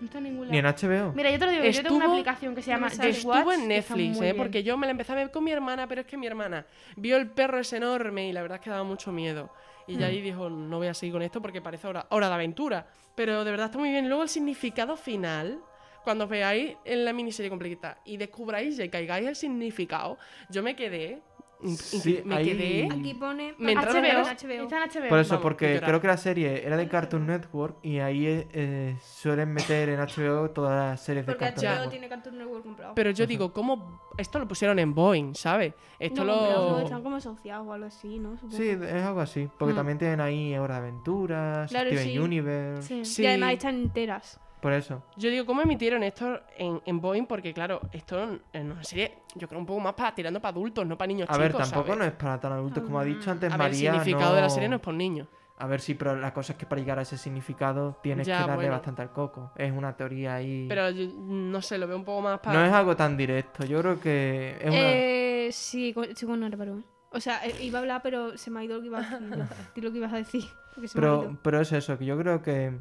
No está en ningún
Ni en
lado.
HBO.
Mira, yo te lo digo, yo tengo una
Estuvo-
aplicación que se
no me
llama
sale.
Just Watch,
Estuvo en
que está
Netflix,
muy
eh,
bien.
porque yo me la empecé a ver con mi hermana, pero es que mi hermana vio el perro ese enorme y la verdad es que daba mucho miedo. Y
Hmm.
ya ahí dijo, no voy a seguir con esto porque parece hora, hora de aventura. Pero de verdad está muy bien. Luego el significado final, cuando os veáis en la miniserie completa y descubráis y caigáis el significado, yo me quedé... inc-
Sí,
me
ahí-
quedé...
Aquí pone.
Me entraron
HBO.
ganas-
HBO.
Está en HBO.
Por eso,
Vamos,
porque
llorar.
creo que la serie era de Cartoon Network y ahí eh, eh, suelen meter en HBO todas las series de
Porque
Cartoon
HBO
Network.
tiene Cartoon Network comprado.
Pero yo digo, ¿cómo...? Esto lo pusieron en Boeing, ¿sabes? Esto
no, comprado, no, están
lo...
como asociados o algo así, ¿no? Supongo.
Sí, es algo así. Porque
Mm.
también tienen ahí Hora de Aventuras,
Claro,
Steven
sí.
Universe.
Sí.
Sí.
Y además están enteras.
Por eso.
Yo digo, ¿cómo emitieron esto en, en Boeing? Porque, claro, esto es una serie, yo creo, un poco más para tirando para adultos, no para niños
A ver,
Pues chicos.
tampoco
¿sabes?
no es para tan adultos como ha dicho antes
A ver, el
María.
significado de la
no-
serie no es por niños.
A ver, sí, pero la cosa es que para llegar a ese significado tienes
Ya,
que darle
bueno.
bastante al coco. Es una teoría ahí.
Pero yo, no sé, lo veo un poco más para.
No es algo tan directo. Yo creo que es una.
Eh, sí, co- estoy con Álvaro. O sea, eh, iba a hablar, pero se me ha ido lo que iba a decir. Di lo que ibas a decir. porque se me ha
Pero,
ido.
pero es eso, que yo creo que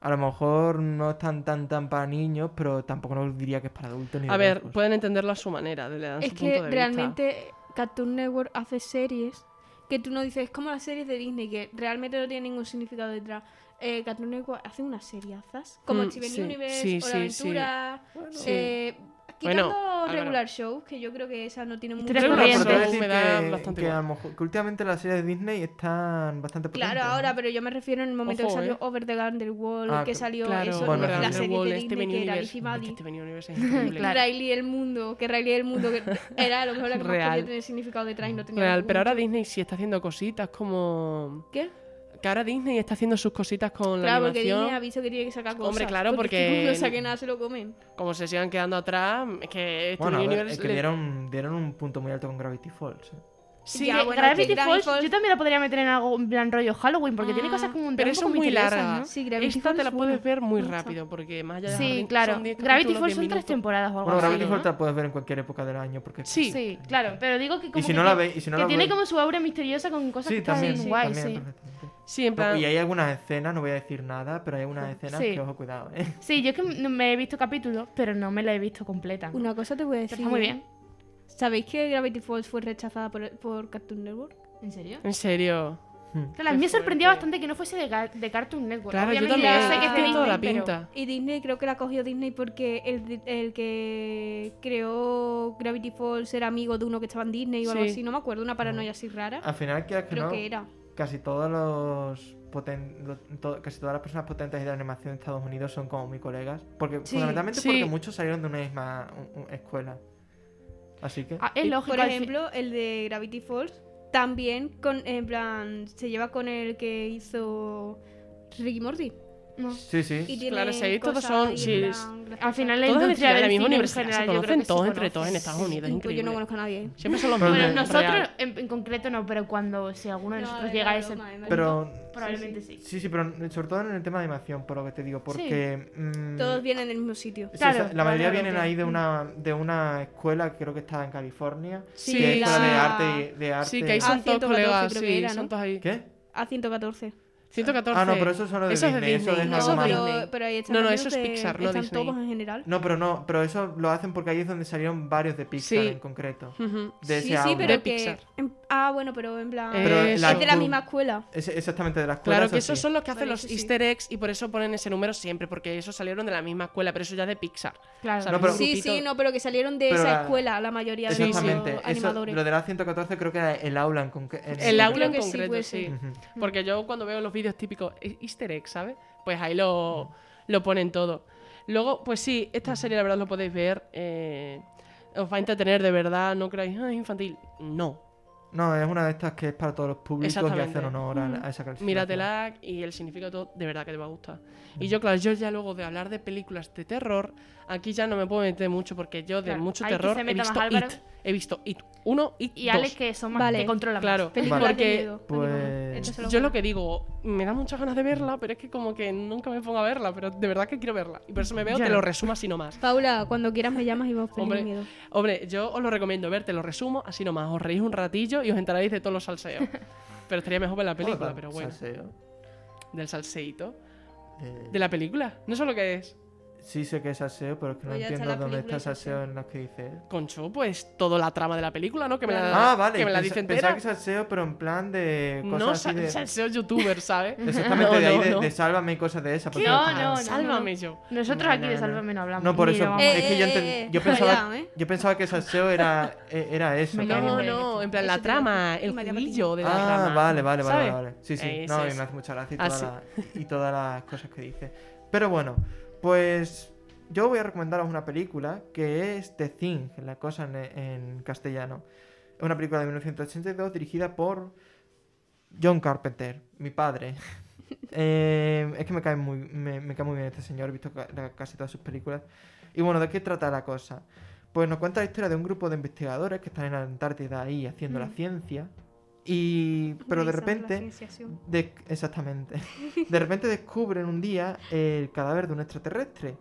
a lo mejor no es tan tan tan para niños, pero tampoco no diría que es para adultos ni
A
de
ver,
locos.
pueden entenderlo a su manera, le dan
Es
su
que
punto de vista.
realmente Cartoon Network hace series que tú no dices, es como las series de Disney, que realmente no tiene ningún significado detrás. Eh, Cartoon Network hace unas seriazas, como
Mm,
Steven
sí,
Universe,
sí,
Hora
sí,
Aventura,
sí.
eh,
Bueno,
quitando
Álvaro.
regular shows, que yo creo que esa no tiene mucho
Historias
Pero
corrientes.
te voy a
Eso
decir
me da
que-
bastante
que, a
igual.
lo mejor- que últimamente las series de Disney están bastante
Claro,
potentes, ¿no?
ahora, pero yo me refiero en el momento
Ojo,
que salió
eh.
Over the Garden Wall,
Ah,
que
cl-
salió
Claro,
eso,
Bueno,
la
Garden
serie
Wall, este
de Disney
Steven
que era
Universe.
Lizzie
Es que este
Buddy.
Steven Universe es increíble.
Claro.
Riley el mundo, que Riley el mundo que era lo mejor la que más
Real.
podía tener significado detrás y no tenía
Real,
ningún.
pero ahora Disney sí está haciendo cositas como.
¿Qué?
Que ahora Disney está haciendo sus cositas con la
Claro, porque Disney ha
animación.
visto que tiene que sacar
Hombre,
cosas.
claro,
es que
porque-
no saque nada, se lo comen.
Como se sigan quedando atrás, es que Steven
Bueno, a ver,
Universe.
es que
le-
dieron, dieron un punto muy alto con Gravity Falls. ¿eh?
Sí,
Ya,
Que
bueno,
Gravity
que Gravity
Falls,
Falls-
yo también la podría meter en algo en plan rollo Halloween, porque tiene
Ah,
cosas como un
pero
un
eso
poco
es muy
misteriosas,
larga.
¿no?
Sí, Gravity
Esta
Falls
te la
es
puedes
buena.
ver muy
Me gusta.
rápido, porque más allá de
Sí,
Halloween,
claro.
son 10
Gravity
capítulos,
Falls
10
son tres
minutos.
temporadas o algo
Bueno, Gravity
así.
Falls te la puedes ver en cualquier época del año porque
Sí.
Sí, claro, pero digo que como
Y si
que
no la
tiene-
veis, y si no
que
la
tiene
veis-
como su aura misteriosa con cosas
Sí,
que están
también,
guay,
también,
sí.
perfectamente.
Sí, en
No,
plan.
y hay algunas escenas, no voy a decir nada, pero hay algunas escenas
Sí.
que ojo cuidado, ¿eh?
Sí, yo es que m- me he visto capítulos, pero no me la he visto completa.
Una cosa te voy a
Pero
decir.
está muy bien.
¿Sabéis que Gravity Falls fue rechazada por, por Cartoon Network?
¿En serio?
En serio.
Claro, a mí
Qué
me sorprendía
fuerte.
bastante que no fuese de, Ga- de Cartoon Network.
Claro, yo
Obviamente
también.
ya sé que es de
Tiene toda la
Disney, pero-
pinta.
Y Disney creo que la cogió Disney porque el, di- el que creó Gravity Falls era amigo de uno que estaba en Disney o algo
Sí. Ah,
así. No me acuerdo, una paranoia así rara.
Al final quieras que
creo
no,
que era.
casi todos los poten- lo- to- casi todas las personas potentes de la animación de Estados Unidos son como mis colegas porque
Sí,
fundamentalmente
sí.
porque muchos salieron de una misma u- u- escuela así que
Ah, es
Y,
lógico.
Por
al fin-
ejemplo, el de Gravity Falls También, con, en plan, se lleva con el que hizo Ricky Morty. ¿no?
Sí, sí.
Y
Claro,
tienen
sí, ahí todos
cosas
son-
ahí,
sí,
en
es-
plan,
Al final la
Todas
industria
las universidades de la
del
misma
cine en
universidad se
general, yo creo
conocen
que se
todos entre
conoce.
todos en Estados Unidos, es
Pues yo
increíble.
no conozco a nadie.
Siempre son los
Pero
Bueno,
mismos.
nosotros
real.
en, en concreto no, pero cuando si alguno de
No,
nosotros
era
llega a ese
broma, era
punto,
Pero
probablemente sí.
sí, sí, pero sobre todo en el tema de animación, por lo que te digo, porque mm,
Todos vienen del mismo sitio.
sí,
Claro,
o sea, la mayoría
probablemente.
vienen
Mm.
ahí de una de una escuela que creo que está en California,
Sí,
que es
la-
escuela de arte de arte.
Sí, que ahí
Ah,
son todos
114
colegas,
creo
sí,
que era, ¿no?
son todos ahí.
¿Qué?
A114.
114.
Ah, no, pero eso es solo de
Eso es de
Disney, eso
Disney,
es
no,
algo
eso
más.
pero-
pero, pero ahí están
No, no,
los
eso es
niños de-
Pixar, no
están
Disney.
todos en general.
No, pero no, pero eso lo hacen porque ahí es donde salieron varios de Pixar
Sí.
en concreto.
Ujú.
De
sí,
ese
sí,
aula.
pero
De
que...
Pixar.
en- ah, bueno, pero en plan...
Pero
es
la-
de la misma escuela.
Es- exactamente, de las escuela.
Claro
eso
que esos
sí.
son los que hacen
Vale,
los
eso sí.
easter eggs y por eso ponen ese número siempre, porque esos salieron de la misma escuela, pero eso ya es de Pixar.
Claro.
No, pero-
sí, sí, no, pero que salieron de
Pero
esa
la-
escuela la mayoría de los
Exactamente. Eso,
animadores.
lo de la 114 creo que era el aula en concreto.
El aula en
creo que sí,
concreto,
puede
sí.
ser.
Ujú.
Porque
Mm.
yo cuando veo los vídeos típicos e- easter eggs, ¿sabes? Pues ahí lo, lo ponen todo. Luego, pues sí, esta serie la verdad lo podéis ver. eh, os va a entretener de verdad, no creáis, "Ah, es infantil. No.
Pues
No, es una de estas que es para todos los públicos y
Exactamente.
hacen honor a, a esa clasificación.
Míratela y el significado todo, de verdad que te va a gustar.
Mm.
Y yo, claro, yo ya luego de hablar de películas de terror, aquí ya no me puedo meter mucho porque yo de
Claro,
mucho
ahí que
terror
se
he
meta más
visto
Álvaro.
It. He visto It 1, It
Y
2.
Alex que son más
Vale.
que controlan más.
Claro.
Películas
Vale.
de
Porque,
miedo,
pues,
animales. Esto se
Yo
juro.
lo que digo, me da muchas ganas de verla, pero es que como que nunca me pongo a verla, pero de verdad que quiero verla. Y por eso me veo,
Ya.
te lo resumo así nomás.
Paula, cuando quieras me llamas y vamos a
Hombre.
pedir miedo.
Hombre, yo os lo recomiendo ver, te lo resumo así nomás. Os reís un ratillo y os enteraréis de todos los salseos. Pero estaría mejor ver la película,
Hola,
pero bueno.
pues, salseo.
Del salseíto.
Eh,
De la película. No sé lo que es.
Sí sé que es salseo, pero es que no
Pues ya está
entiendo
la
dónde
película
está
y salseo.
salseo en las que dice él.
Concho, pues toda la trama de la película, ¿no? Que me la,
Ah, vale.
que me la
pens-
dice
pensaba
entera.
que salseo, pero en plan de cosas
no,
así
sa-
de...
salseo youtuber, ¿sabes?
Exactamente,
No,
de ahí
no,
de,
no.
de sálvame y cosas de esas. porque
No,
al final-
no, no.
Sálvame yo.
Nosotros
No,
aquí de
no,
Salvame no hablamos.
Ah, No, por
ni
eso.
le vamos a-
es que yo, enten-
Eh, eh,
yo
eh,
pensaba,
cuidado, ¿eh?
yo pensaba que salseo era, e- era eso.
Me
pero
cae
No,
bien.
no, en plan
Eso
la
te lo-
trama, el
María Patiño.
juguillo de la
ah,
trama.
vale, vale, vale,
¿sabes?
vale. Sí, sí.
Ese
no, y
es.
me hace mucha gracia y,
Ah,
toda la- y todas las cosas que dice. Pero bueno, pues yo voy a recomendaros una película que es The Thing, la cosa en, en castellano. Es una película de 1982 dirigida por John Carpenter, mi padre. Eh, es que me cae, muy, me, me cae muy bien este señor, he visto ca- la- casi todas sus películas. Y bueno, ¿de qué trata la cosa? Pues nos cuenta la historia de un grupo de investigadores que están en la Antártida ahí haciendo la
Mm.
ciencia. Y. Pero de
Esa es la
repente.
cienciación.
de- exactamente. De repente descubren un día el cadáver de un extraterrestre.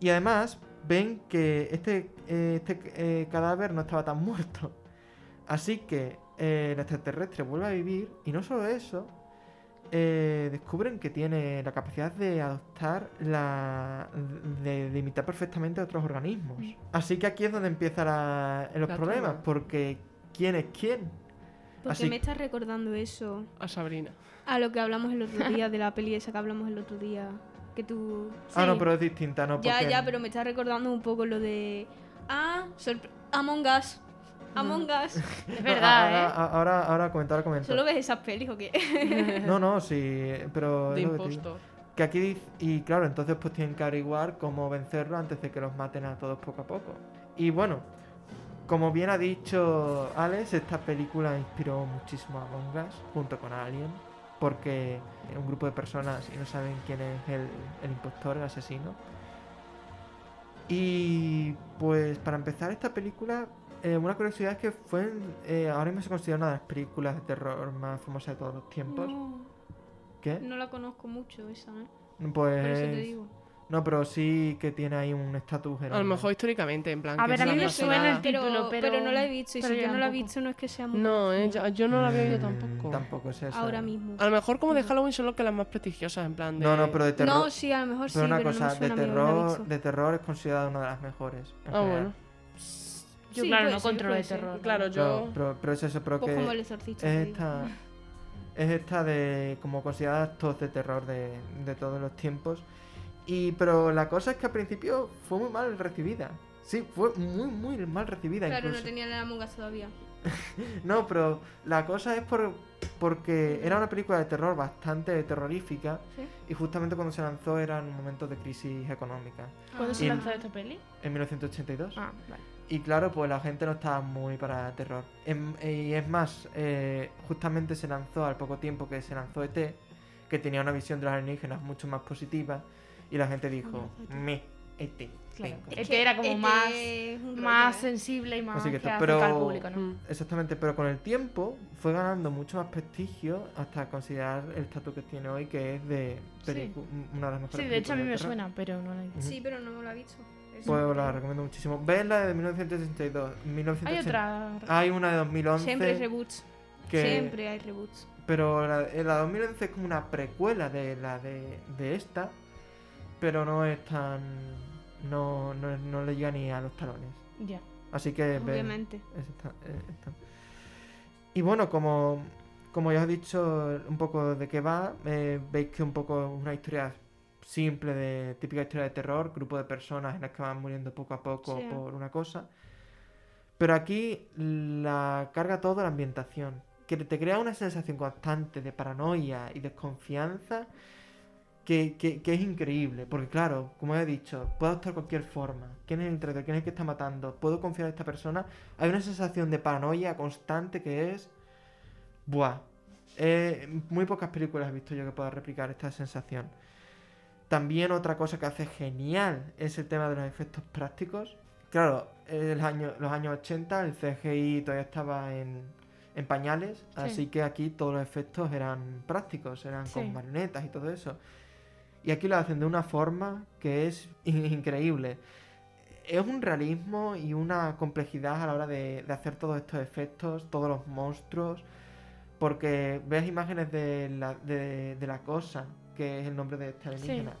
Y además ven que este, eh, este eh, cadáver no estaba tan muerto. Así que eh, el extraterrestre vuelve a vivir y no solo eso, eh, descubren que tiene la capacidad de adoptar la... de, de imitar perfectamente a otros organismos.
Mm.
Así que aquí es donde empiezan los
La
problemas,
trama.
porque ¿quién es quién?
Porque
Así-
me estás recordando eso
A Sabrina.
a lo que hablamos el otro día, de la peli esa que hablamos el otro día. Que tú.
Ah, no,
Sí.
pero es distinta, ¿no?
Ya,
Porque-
ya, pero me está recordando un poco lo de. Ah, sorpre- Among Us. Among Us.
Es
No,
verdad, ¿eh?
ahora, ahora, ahora, ahora comentar, comentar.
¿Solo ves esas pelis o qué?
No, no, sí, pero...
De
es lo que te digo.
impostor.
Que aquí dice, y claro, entonces pues tienen que averiguar cómo vencerlo antes de que los maten a todos poco a poco. Y bueno, como bien ha dicho Alex, esta película inspiró muchísimo a Among Us, junto con Alien, porque era un grupo de personas y no saben quién es el, el impostor, el asesino. Y pues para empezar esta película, eh, una curiosidad es que fue, en- eh, ahora mismo se considera una de las películas de terror más famosas de todos los tiempos.
No,
¿Qué?
no la conozco mucho esa, ¿eh?
Pues...
Por eso te digo.
No, pero sí que tiene ahí un estatus
A lo mejor históricamente, en plan.
A
que
ver, a
es
mí
la
me
persona-
suena el
Pero,
título, pero-
pero no la he visto. Y
pero
si
yo
yo no la he
tampoco.
visto, no es que sea muy.
No, eh, yo, yo no la había oído tampoco.
Mm, Tampoco es eso.
Ahora mismo.
A lo mejor como de Halloween son los que las más prestigiosas, en plan de...
No, no, pero Ah, de terror.
No, sí, a lo mejor
pero
sí,
una
pero no
cosa,
me
de,
suena a mí haberla
terror,
visto.
de terror es considerada una de las mejores. en
Ah,
general.
bueno.
Yo,
Sí,
claro,
puede
no
ser,
controlo
puede
de
ser.
terror.
Claro, yo...
Pero, pero, pero es eso, pero
Pues
que
como el
es
exorcista. te digo.
esta, es esta de como consideradas todos de terror de, de todos los tiempos. Y pero la cosa es que al principio fue muy mal recibida. Sí, fue muy, muy mal recibida
Claro, no
incluso.
tenía la Among Us todavía.
No, pero la cosa es por porque era una película de terror bastante terrorífica
Sí.
y justamente cuando se lanzó eran momentos de crisis económica,
¿Cuándo se
Y-
lanzó esta peli?
en 1982.
Ah, vale.
Y claro, pues la gente no estaba muy para terror. Em- y es más, eh, justamente se lanzó al poco tiempo que se lanzó ET, que tenía una visión de los alienígenas mucho más positiva, y la gente dijo, me, ET.
Claro.
venga".
Es que era como más- Más sensible y más
Así que
que
esto,
acerca
pero-
al público, ¿no?
Mm.
Exactamente, pero con el tiempo fue ganando mucho más prestigio hasta considerar el estatus que tiene hoy, que es de pelicu- una de las mejores
Sí, de hecho a mí
películas de
me
terror.
suena, pero no la he visto.
Sí, pero no lo ha visto. Es
Pues os
un-
la recomiendo muchísimo. Ve la de 1962.
Hay
1980.
otra.
Hay una de 2011.
Siempre hay reboots.
que-
Siempre hay reboots.
Pero la, eh, la 2011 es como una precuela de la de, de esta, pero no es tan. No, no, no le llega ni a los talones.
Ya.
Así que. ve-
Obviamente.
es esta- eh, esta. Y bueno, como, como ya os he dicho un poco de qué va, eh, veis que un poco es una historia simple, de típica historia de terror, grupo de personas en las que van muriendo poco a poco
Sí.
por una cosa. Pero aquí la carga todo la ambientación, que te crea una sensación constante de paranoia y desconfianza que, que- que es increíble, porque claro, como he dicho, puedo actuar de cualquier forma. ¿Quién es el traidor? ¿Quién es el que está matando? ¿Puedo confiar en esta persona? Hay una sensación de paranoia constante que es... Buah. Eh, muy pocas películas he visto yo que pueda replicar esta sensación. También otra cosa que hace genial es el tema de los efectos prácticos. Claro, el año, los años 80 el CGI todavía estaba en, en pañales, así que aquí todos los efectos eran prácticos, eran
Sí.
con marionetas y todo eso. Y aquí lo hacen de una forma que es in- increíble. Es un realismo y una complejidad a la hora de, de hacer todos estos efectos, todos los monstruos, porque ves imágenes de la, de, de la cosa, que es el nombre de este alienígena.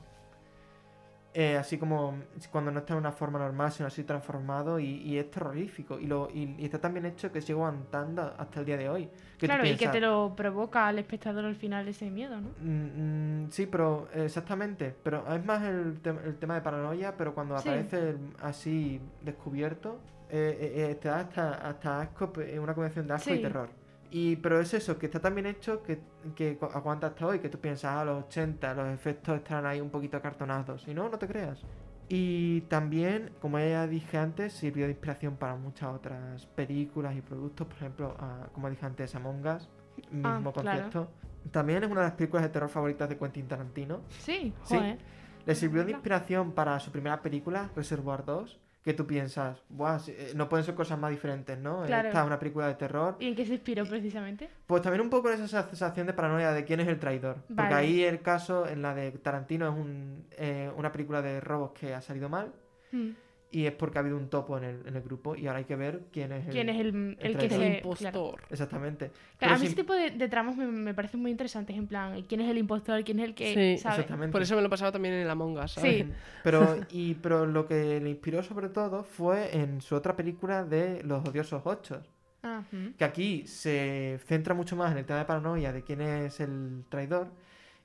Eh, así como cuando no está en una forma normal, sino así transformado, y, y es terrorífico. Y, lo, y, y está tan bien hecho que sigo aguantando hasta el día de hoy. Que tú
Claro, y que
piensas,
te lo provoca al espectador al final ese miedo, ¿no?
Mm, mm, sí, pero exactamente. Pero es más el, tem- el tema de paranoia, pero cuando
Sí.
aparece el- así descubierto, eh, eh, eh, te da hasta, hasta asco, pe- eh, una combinación de asco
Sí.
y terror. Y, pero es eso, que está tan bien hecho que, que cu- aguanta hasta hoy, que tú piensas, a los 80 los efectos estarán ahí un poquito acartonados. Y no, no te creas. Y también, como ya dije antes, sirvió de inspiración para muchas otras películas y productos. Por ejemplo, ah, como dije antes, Among Us, mismo
Ah, claro.
concepto. También es una de las películas de terror favoritas de Quentin Tarantino.
Sí,
Sí.
joder.
Le sirvió de inspiración para su primera película, Reservoir 2, que tú piensas, Buah, si- eh, no pueden ser cosas más diferentes, ¿no?
Claro.
Esta es una película de terror.
¿Y en qué se inspiró precisamente?
Pues también un poco en esa sensación de paranoia de quién es el traidor.
Vale.
Porque ahí el caso, en la de Tarantino, es un, eh, una película de robos que ha salido mal.
Mm.
Y es porque ha habido un topo en el, en el grupo y ahora hay que ver quién es el...
¿Quién es el, el
traidor.
que se...
El
claro.
impostor.
Exactamente.
Claro,
Pero
a mí
sin-
ese tipo de, de tramos me, me parecen muy interesantes, en plan, ¿quién es el impostor? ¿Quién es el que
Sí,
sabe?
Exactamente.
Por eso me lo pasaba también en el Among Us, ¿sabes?
Sí.
Pero, y, pero lo que le inspiró sobre todo fue en su otra película de Los odiosos ocho.
Ah, mm.
Que aquí se centra mucho más en el tema de paranoia de quién es el traidor.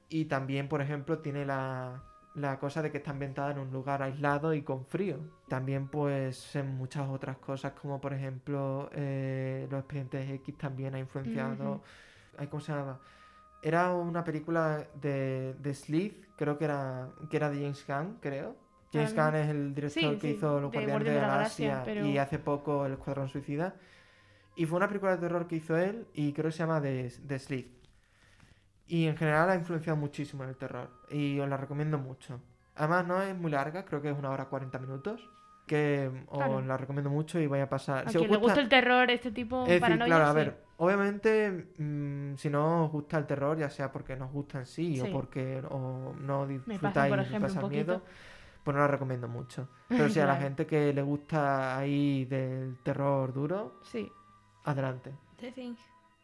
Y también, por ejemplo, tiene la, la cosa de que está ambientada en un lugar aislado y con frío. También, pues, en muchas otras cosas, como por ejemplo, eh, los expedientes X también ha influenciado.
Ujú.
ay, ¿Cómo se llamaba? Era una película de, de Sleep, creo que era, que era de James Gunn, creo. James
Ah,
Gunn es el director
sí,
que
sí,
hizo Los Guardianes
de
de,
Guardianes
la
de la
Galaxia
Galaxia, pero-
y hace poco El Escuadrón Suicida. Y fue una película de terror que hizo él y creo que se llama The, The Sleep. Y en general ha influenciado muchísimo en el terror y os la recomiendo mucho. Además no es muy larga, creo que es una hora 40 minutos, que mm, os
Claro.
la recomiendo mucho y vaya a pasar...
A
Si os
quien le gusta
gusta-
el terror, este tipo
es decir,
paranoia,
claro, a
sí.
ver, obviamente, mm, si no os gusta el terror, ya sea porque nos gusta en sí, o
Sí.
porque o no
Me
disfrutáis
pasa, por
y
ejemplo,
pasa
un
miedo,
poquito.
pues no la recomiendo mucho. Pero si a la
Claro.
gente que le gusta ahí del terror duro,
Sí.
adelante.
The Thing.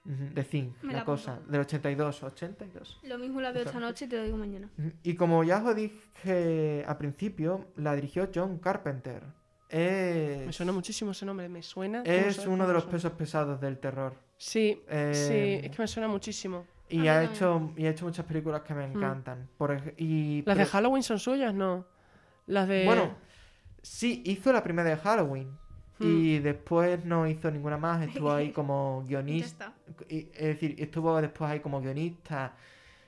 Ujú, The Thing,
Me la
la
apunto.
cosa, del 82, 82.
Lo mismo la veo esta noche y te lo digo mañana.
Ujú. Y como ya os dije al principio, la dirigió John Carpenter. Es,
Me suena muchísimo ese nombre, me suena. ¿cómo
es
suena?
uno
¿Cómo
de los
suena?
pesos pesados del terror.
Sí,
Eh,
sí, es que me suena muchísimo.
Y ha
A mí
hecho, y ha hecho muchas películas que me encantan. Por ej- y,
Mm. ¿Las de
pero-
Halloween son suyas? No. Las de.
Bueno, sí, hizo la primera de Halloween.
Mm.
Y después no hizo ninguna más, estuvo ahí como
Y ya
guionista.
está.
y- Es decir, estuvo después ahí como guionista.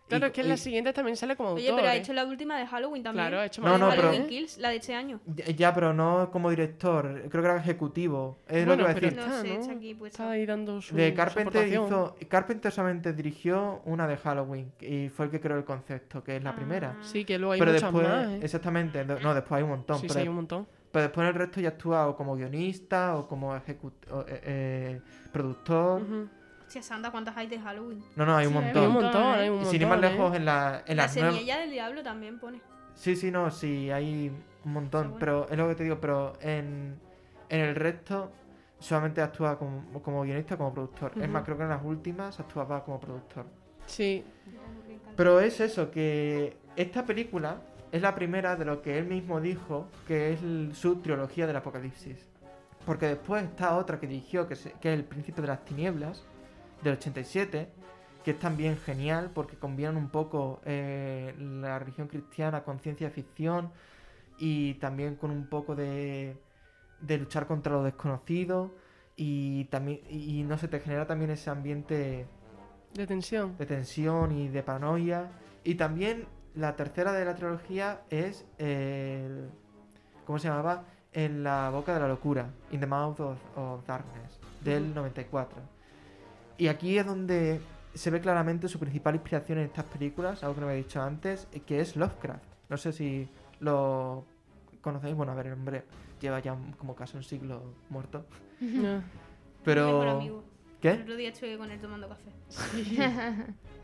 y-
Claro, es que en
y-
las siguientes también sale como autor.
Oye, pero ha
¿eh?
hecho la última de Halloween también.
Claro, ha hecho
No,
más
La de
no, pero-
Halloween Kills, la de este año.
Ya, pero no como director, creo que era ejecutivo. Es lo que
Bueno,
iba a
pero
decir.
No
está,
sé,
¿no?
está aquí pues, puesta.
Está ahí dando su
De
su
Carpenter
aportación.
hizo. Carpenter solamente dirigió una de Halloween y fue el que creó el concepto, que es la primera.
Ah.
Sí, que luego hay
Pero
muchas
después,
más, ¿eh?
exactamente, no, no, después hay un montón.
sí, sí,
pero,
hay un montón.
pero después en el resto ya actúa o como guionista o como ejecut- o, eh, eh, productor.
Ujú.
Hostia, Santa, ¿cuántas hay de Halloween?
No, no, hay un
Sí, hay
Hay un
montón.
montón,
¿eh?
hay un
Y
montón.
sin ir más
¿eh?
lejos, en, la, en
la
las nuevas.
semilla del diablo también pone.
Sí, sí, no, sí, hay un montón,
Está
pero es lo que te digo, pero en, en el resto solamente actúa como, como guionista, como productor. Es
Ujú.
más, creo que en las últimas actuaba como productor.
Sí,
Pero es eso, que esta película es la primera de lo que él mismo dijo que es l- su trilogía del apocalipsis. Porque después está otra que dirigió, que, se- que es El Príncipe de las Tinieblas, del 87, que es también genial porque combinan un poco eh, la religión cristiana con ciencia ficción y también con un poco de, de luchar contra lo desconocido y también y y no se te genera también ese ambiente
de tensión.
de tensión y de paranoia. Y también la tercera de la trilogía es el... ¿Cómo se llamaba? En la boca de la locura, In the Mouth of, of Darkness, del 94. Y aquí es donde se ve claramente su principal inspiración en estas películas, algo que no había dicho antes, que es Lovecraft. No sé si lo conocéis, bueno, a ver, el hombre lleva ya como casi un siglo muerto.
Ya.
Pero... ¿Qué?
El otro día estuve con él tomando café.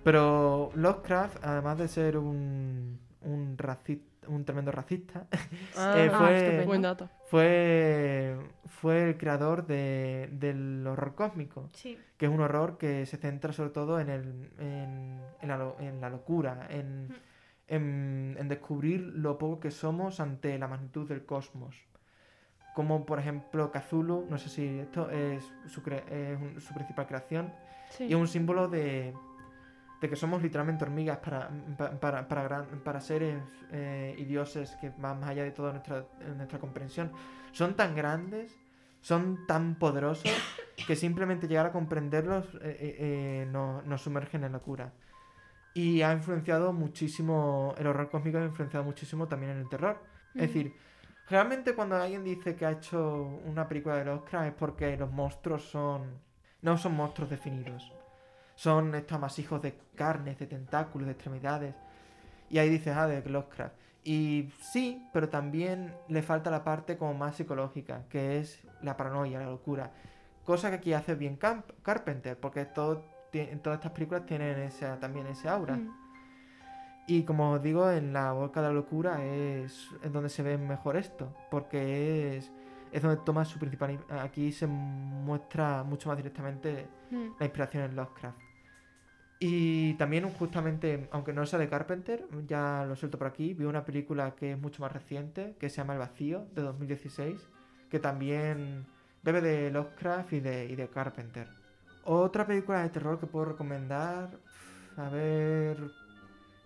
Pero Lovecraft, además de ser un, un, racista, un tremendo racista,
Ah,
Eh,
ah,
fue-
estupendo. buen dato.
fue, fue el creador de- del horror cósmico,
Sí.
que es un horror que se centra sobre todo en, el, en, en la, lo- en la locura, en,
Mm.
Hmm.
en- en descubrir lo poco que somos ante la magnitud del cosmos. Como por ejemplo Cthulhu, no sé si esto es su, cre- es un- su principal creación, y es un símbolo de, de que somos literalmente hormigas para, pa- para, para, gran- para seres eh, y dioses que van más allá de toda nuestra, eh, nuestra comprensión. Son tan grandes, son tan poderosos, que simplemente llegar a comprenderlos eh, eh, eh, nos, nos sumerge en la locura. Y ha influenciado muchísimo, el horror cósmico ha influenciado muchísimo también en el terror. Es decir, realmente cuando alguien dice que ha hecho una película de Lovecraft es porque los monstruos son... No son monstruos definidos. Son estos amasijos de carnes, de tentáculos, de extremidades. Y ahí dices, ah, de Lovecraft. Y sí, pero también le falta la parte como más psicológica, que es la paranoia, la locura. Cosa que aquí hace bien Camp- Carpenter, porque todo, ti- todas estas películas tienen esa, también ese aura.
Mm.
Y como os digo, en la boca de la locura es, es donde se ve mejor esto, porque es, es donde toma su principal... in- Aquí se muestra mucho más directamente
mm.
la inspiración en Lovecraft. Y también un- justamente, aunque no sea de Carpenter, ya lo suelto por aquí, vi una película que es mucho más reciente, que se llama El Vacío, de 2016, que también bebe de Lovecraft y de, y de Carpenter. Otra película de terror que puedo recomendar, a ver...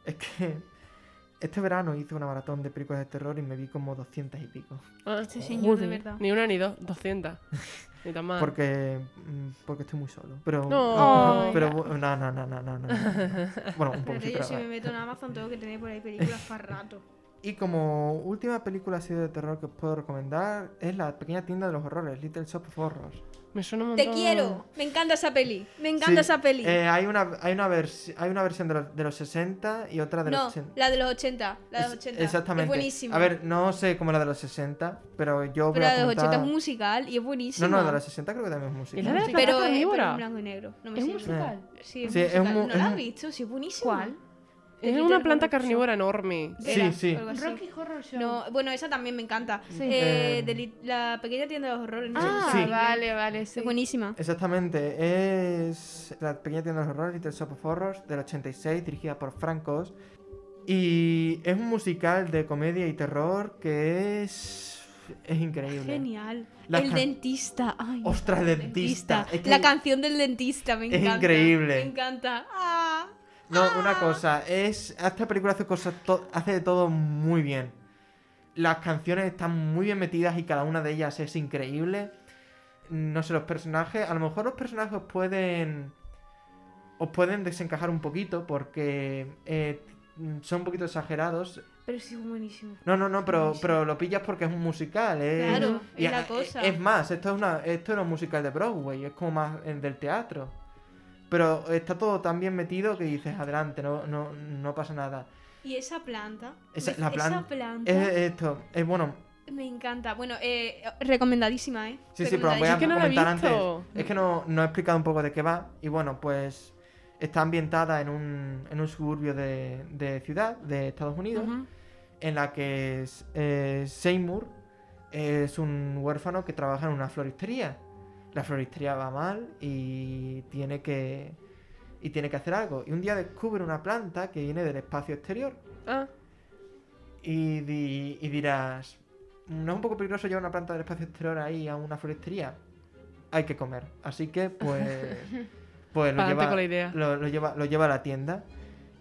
Es que este verano hice una maratón de películas de terror y me vi como 200 y pico.
Ah,
Este señor, de
Joder.
verdad.
ni una ni dos, 200. Ni tan mal.
Porque, mm, porque estoy muy solo. Pero,
No.
pero bu- no, no, no, no, no, no, no, no. Bueno, un poco
Espérate,
sí,
yo
pero
si me
vale.
meto en Amazon tengo que tener por ahí películas para rato.
Y como última película así de terror que os puedo recomendar es La pequeña tienda de los horrores, Little Shop of Horrors.
Me suena un montón.
¡Te quiero! Me encanta esa peli. Me encanta
Sí,
esa peli.
eh, hay, una, hay, una versi- hay una versión de los, de los 60 y otra de
no,
los 80.
la de los 80. La de los
Es-
80.
Exactamente.
Es buenísima.
A ver, no sé cómo la de los 60, pero yo voy
pero
a
la de los 80 es
apuntar-
un musical y es
No,
buenísima.
no, la de los 60 creo que también es música.
¿Y la de-
Pero, eh, pero
carnívora.
en blanco y negro. No me
¿Es un
sirve.
musical?
Sí, es
Sí,
un
es un
musical.
mu-
¿No
es
la has
un-
visto? Sí, es buenísima.
¿Cuál?
Es
Little
una
Horror
planta
Show.
carnívora enorme.
Era,
Sí, sí.
algo así.
Rocky Horror Show.
No, bueno, esa también me encanta.
Sí.
Eh,
Eh,
de li- la pequeña tienda de los horrores. no sé
Ah,
cómo se
Sí.
llama.
vale, vale. Sí.
Es buenísima.
Exactamente, es La pequeña tienda de los horrores, Little Shop of Horrors, del 86, dirigida por Francos. Y es un musical de comedia y terror que es. es increíble.
Genial.
La
el
can-
dentista. Ay,
Ostras, el dentista. Es que-
La canción del dentista, me
Es
encanta.
increíble.
Me encanta. Ah.
No, una cosa, es. Esta película hace cosas to- hace de todo muy bien. Las canciones están muy bien metidas y cada una de ellas es increíble. no sé, los personajes, a lo mejor los personajes os pueden, os pueden desencajar un poquito porque eh, son un poquito exagerados.
Pero sí, es buenísimo.
No, no, no, pero,
Sí, sí.
pero lo pillas porque es un musical. es-
Claro,
y
es la
a-
cosa.
Es más, esto, es una, esto era un musical de Broadway, es como más eh, del teatro. Pero está todo tan bien metido que dices, adelante, no, no, no pasa nada.
Y esa planta.
Esa-
¿ves?
la plan-
planta.
Es esto, es bueno,
Me encanta. Bueno, eh, recomendadísima, ¿eh?
Sí, sí, pero voy a
Es que no la he
comentar antes.
visto.
Es que no, no he explicado un poco de qué va. Y bueno, pues está ambientada en un, en un suburbio de, de ciudad de Estados Unidos,
Ujú.
en la que es, eh, Seymour es un huérfano que trabaja en una floristería. La floristería va mal y tiene que y tiene que hacer algo. Y un día descubre una planta que viene del espacio exterior.
Ah,
Y, di- y dirás, ¿no es un poco peligroso llevar una planta del espacio exterior ahí a una floristería? Hay que comer. Así que, pues, pues lo,
Pa'lante
lleva,
con la idea.
Lo, lo lleva, lo lleva a la tienda.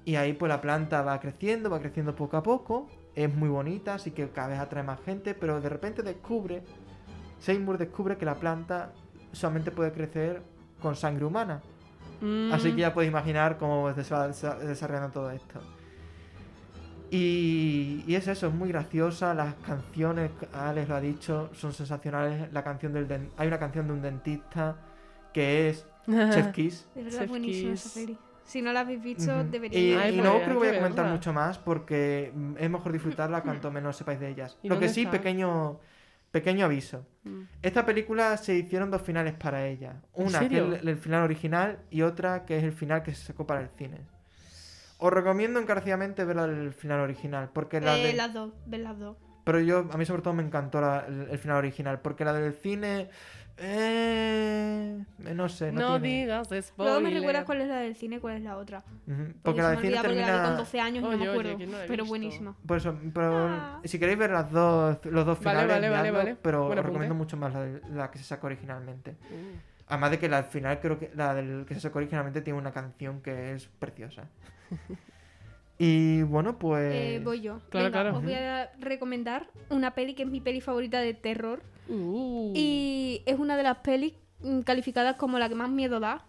Y ahí, pues, la planta va creciendo, va creciendo poco a poco. Es muy bonita, así que cada vez atrae más gente. Pero de repente descubre, Seymour descubre que la planta solamente puede crecer con sangre humana.
mm,
Así que ya podéis imaginar cómo se va desa- desarrollando todo esto. Y, y es eso, es muy graciosa. Las canciones, Alex lo ha dicho, son sensacionales. La canción del den- Hay una canción de un dentista que es Chef Kiss.
De verdad,
Chef
buenísima
Kiss.
esa peli. Si no la habéis visto,
Ujú. Y,
deberíais.
Ay,
y
pues
no
hay
creo que voy
que
a comentar
verla.
mucho más porque mm, es mejor disfrutarla cuanto menos sepáis de ellas.
¿Y
Lo que
dónde
sí,
está?
pequeño, pequeño aviso.
Mm.
Esta película se hicieron dos finales para ella. Una que es
serio?
el, el final original y otra que es el final que se sacó para el cine. Os recomiendo encarecidamente ver el final original, porque la
Eh,
de...
Las dos, ver las dos.
Pero yo, a mí sobre todo me encantó la- el, el final original, porque la del cine... eh, no sé, no,
No
tiene-
digas spoiler.
Luego me recuerdas cuál es la del cine y cuál es la otra.
Ujú, Porque,
Porque,
la
se
del
me
cine
olvida porque la vi con
termina...
12 años,
Oye,
no me
oye,
acuerdo.
que no la he
pero
visto.
buenísima.
Por eso, pero
Ah.
si queréis ver las dos, los dos
Vale,
finales,
vale, vale,
miradlo,
vale.
pero os
Buen apunte.
recomiendo mucho más la, de- la que se sacó originalmente.
Mm.
Además de que la, al final creo que la del que se sacó originalmente tiene una canción que es preciosa. y bueno, pues...
Eh, voy yo.
Claro,
Venga,
claro.
Os voy a recomendar una peli que es mi peli favorita de terror.
Uh.
Y es una de las pelis mm, calificadas como la que más miedo da.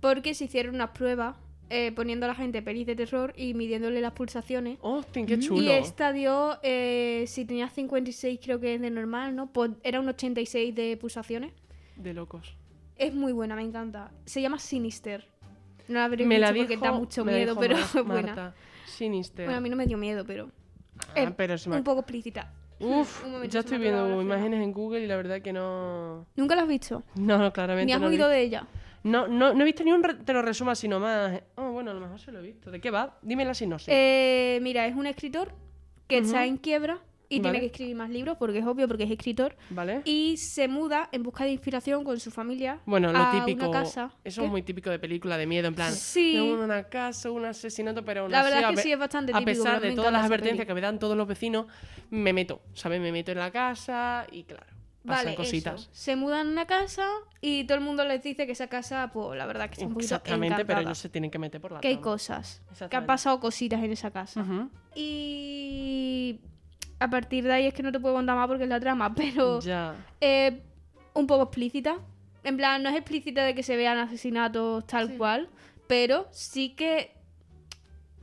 Porque se hicieron unas pruebas eh, poniendo a la gente pelis de terror y midiéndole las pulsaciones.
Austin, Mm, qué chulo.
Y esta dio, eh, si tenías 56 creo que es de normal, ¿no? Pues era un 86 de pulsaciones.
De locos.
Es muy buena, me encanta. Se llama Sinister. No la habréis
Me la
visto
dijo,
porque da mucho
me la
miedo,
dijo
pero
Mar-
es buena.
Marta, Sinister.
Bueno, a mí no me dio miedo, pero
Ah,
eh,
pero se me-
un poco explícita.
Uf,
Un momento,
ya
se me
estoy
ha acabado
viendo
la cena.
imágenes en Google y la verdad que no.
¿Nunca la has visto?
No, no, claramente.
Ni has
no lo he
oído
visto.
de ella.
No, no, no he visto ni un re- te lo resuma, sino más. Oh, bueno, a lo mejor se lo he visto. ¿De qué va? Dime la sinopsis.
Eh, mira, es un escritor que está en quiebra y
Vale.
tiene que escribir más libros porque es obvio, porque es escritor.
¿Vale?
Y se muda en busca de inspiración con su familia
Bueno, lo
a
típico.
una casa.
Eso
¿Qué?
es muy típico de película de miedo, en plan.
Sí.
de Una casa, un asesinato, pero aún
La
así,
verdad es que
a pe-
sí, es bastante
A
típico,
pesar
pero
de
me
todas
encanta
las
esa
advertencias
peli.
que me dan todos los vecinos, me meto, ¿sabes? Me meto en la casa y claro, pasan
Vale,
cositas.
eso. Se mudan a una casa y todo el mundo les dice que esa casa, pues la verdad que está un poquito
Exactamente, pero
encantada.
ellos se tienen que meter por la
Que hay
trama.
cosas, que han
Exactamente.
pasado cositas en esa casa.
Ujú.
Y a partir de ahí es que no te puedo contar más porque es la trama, pero
Ya.
eh, un poco explícita. En plan, no es explícita de que se vean asesinatos tal cual, pero sí que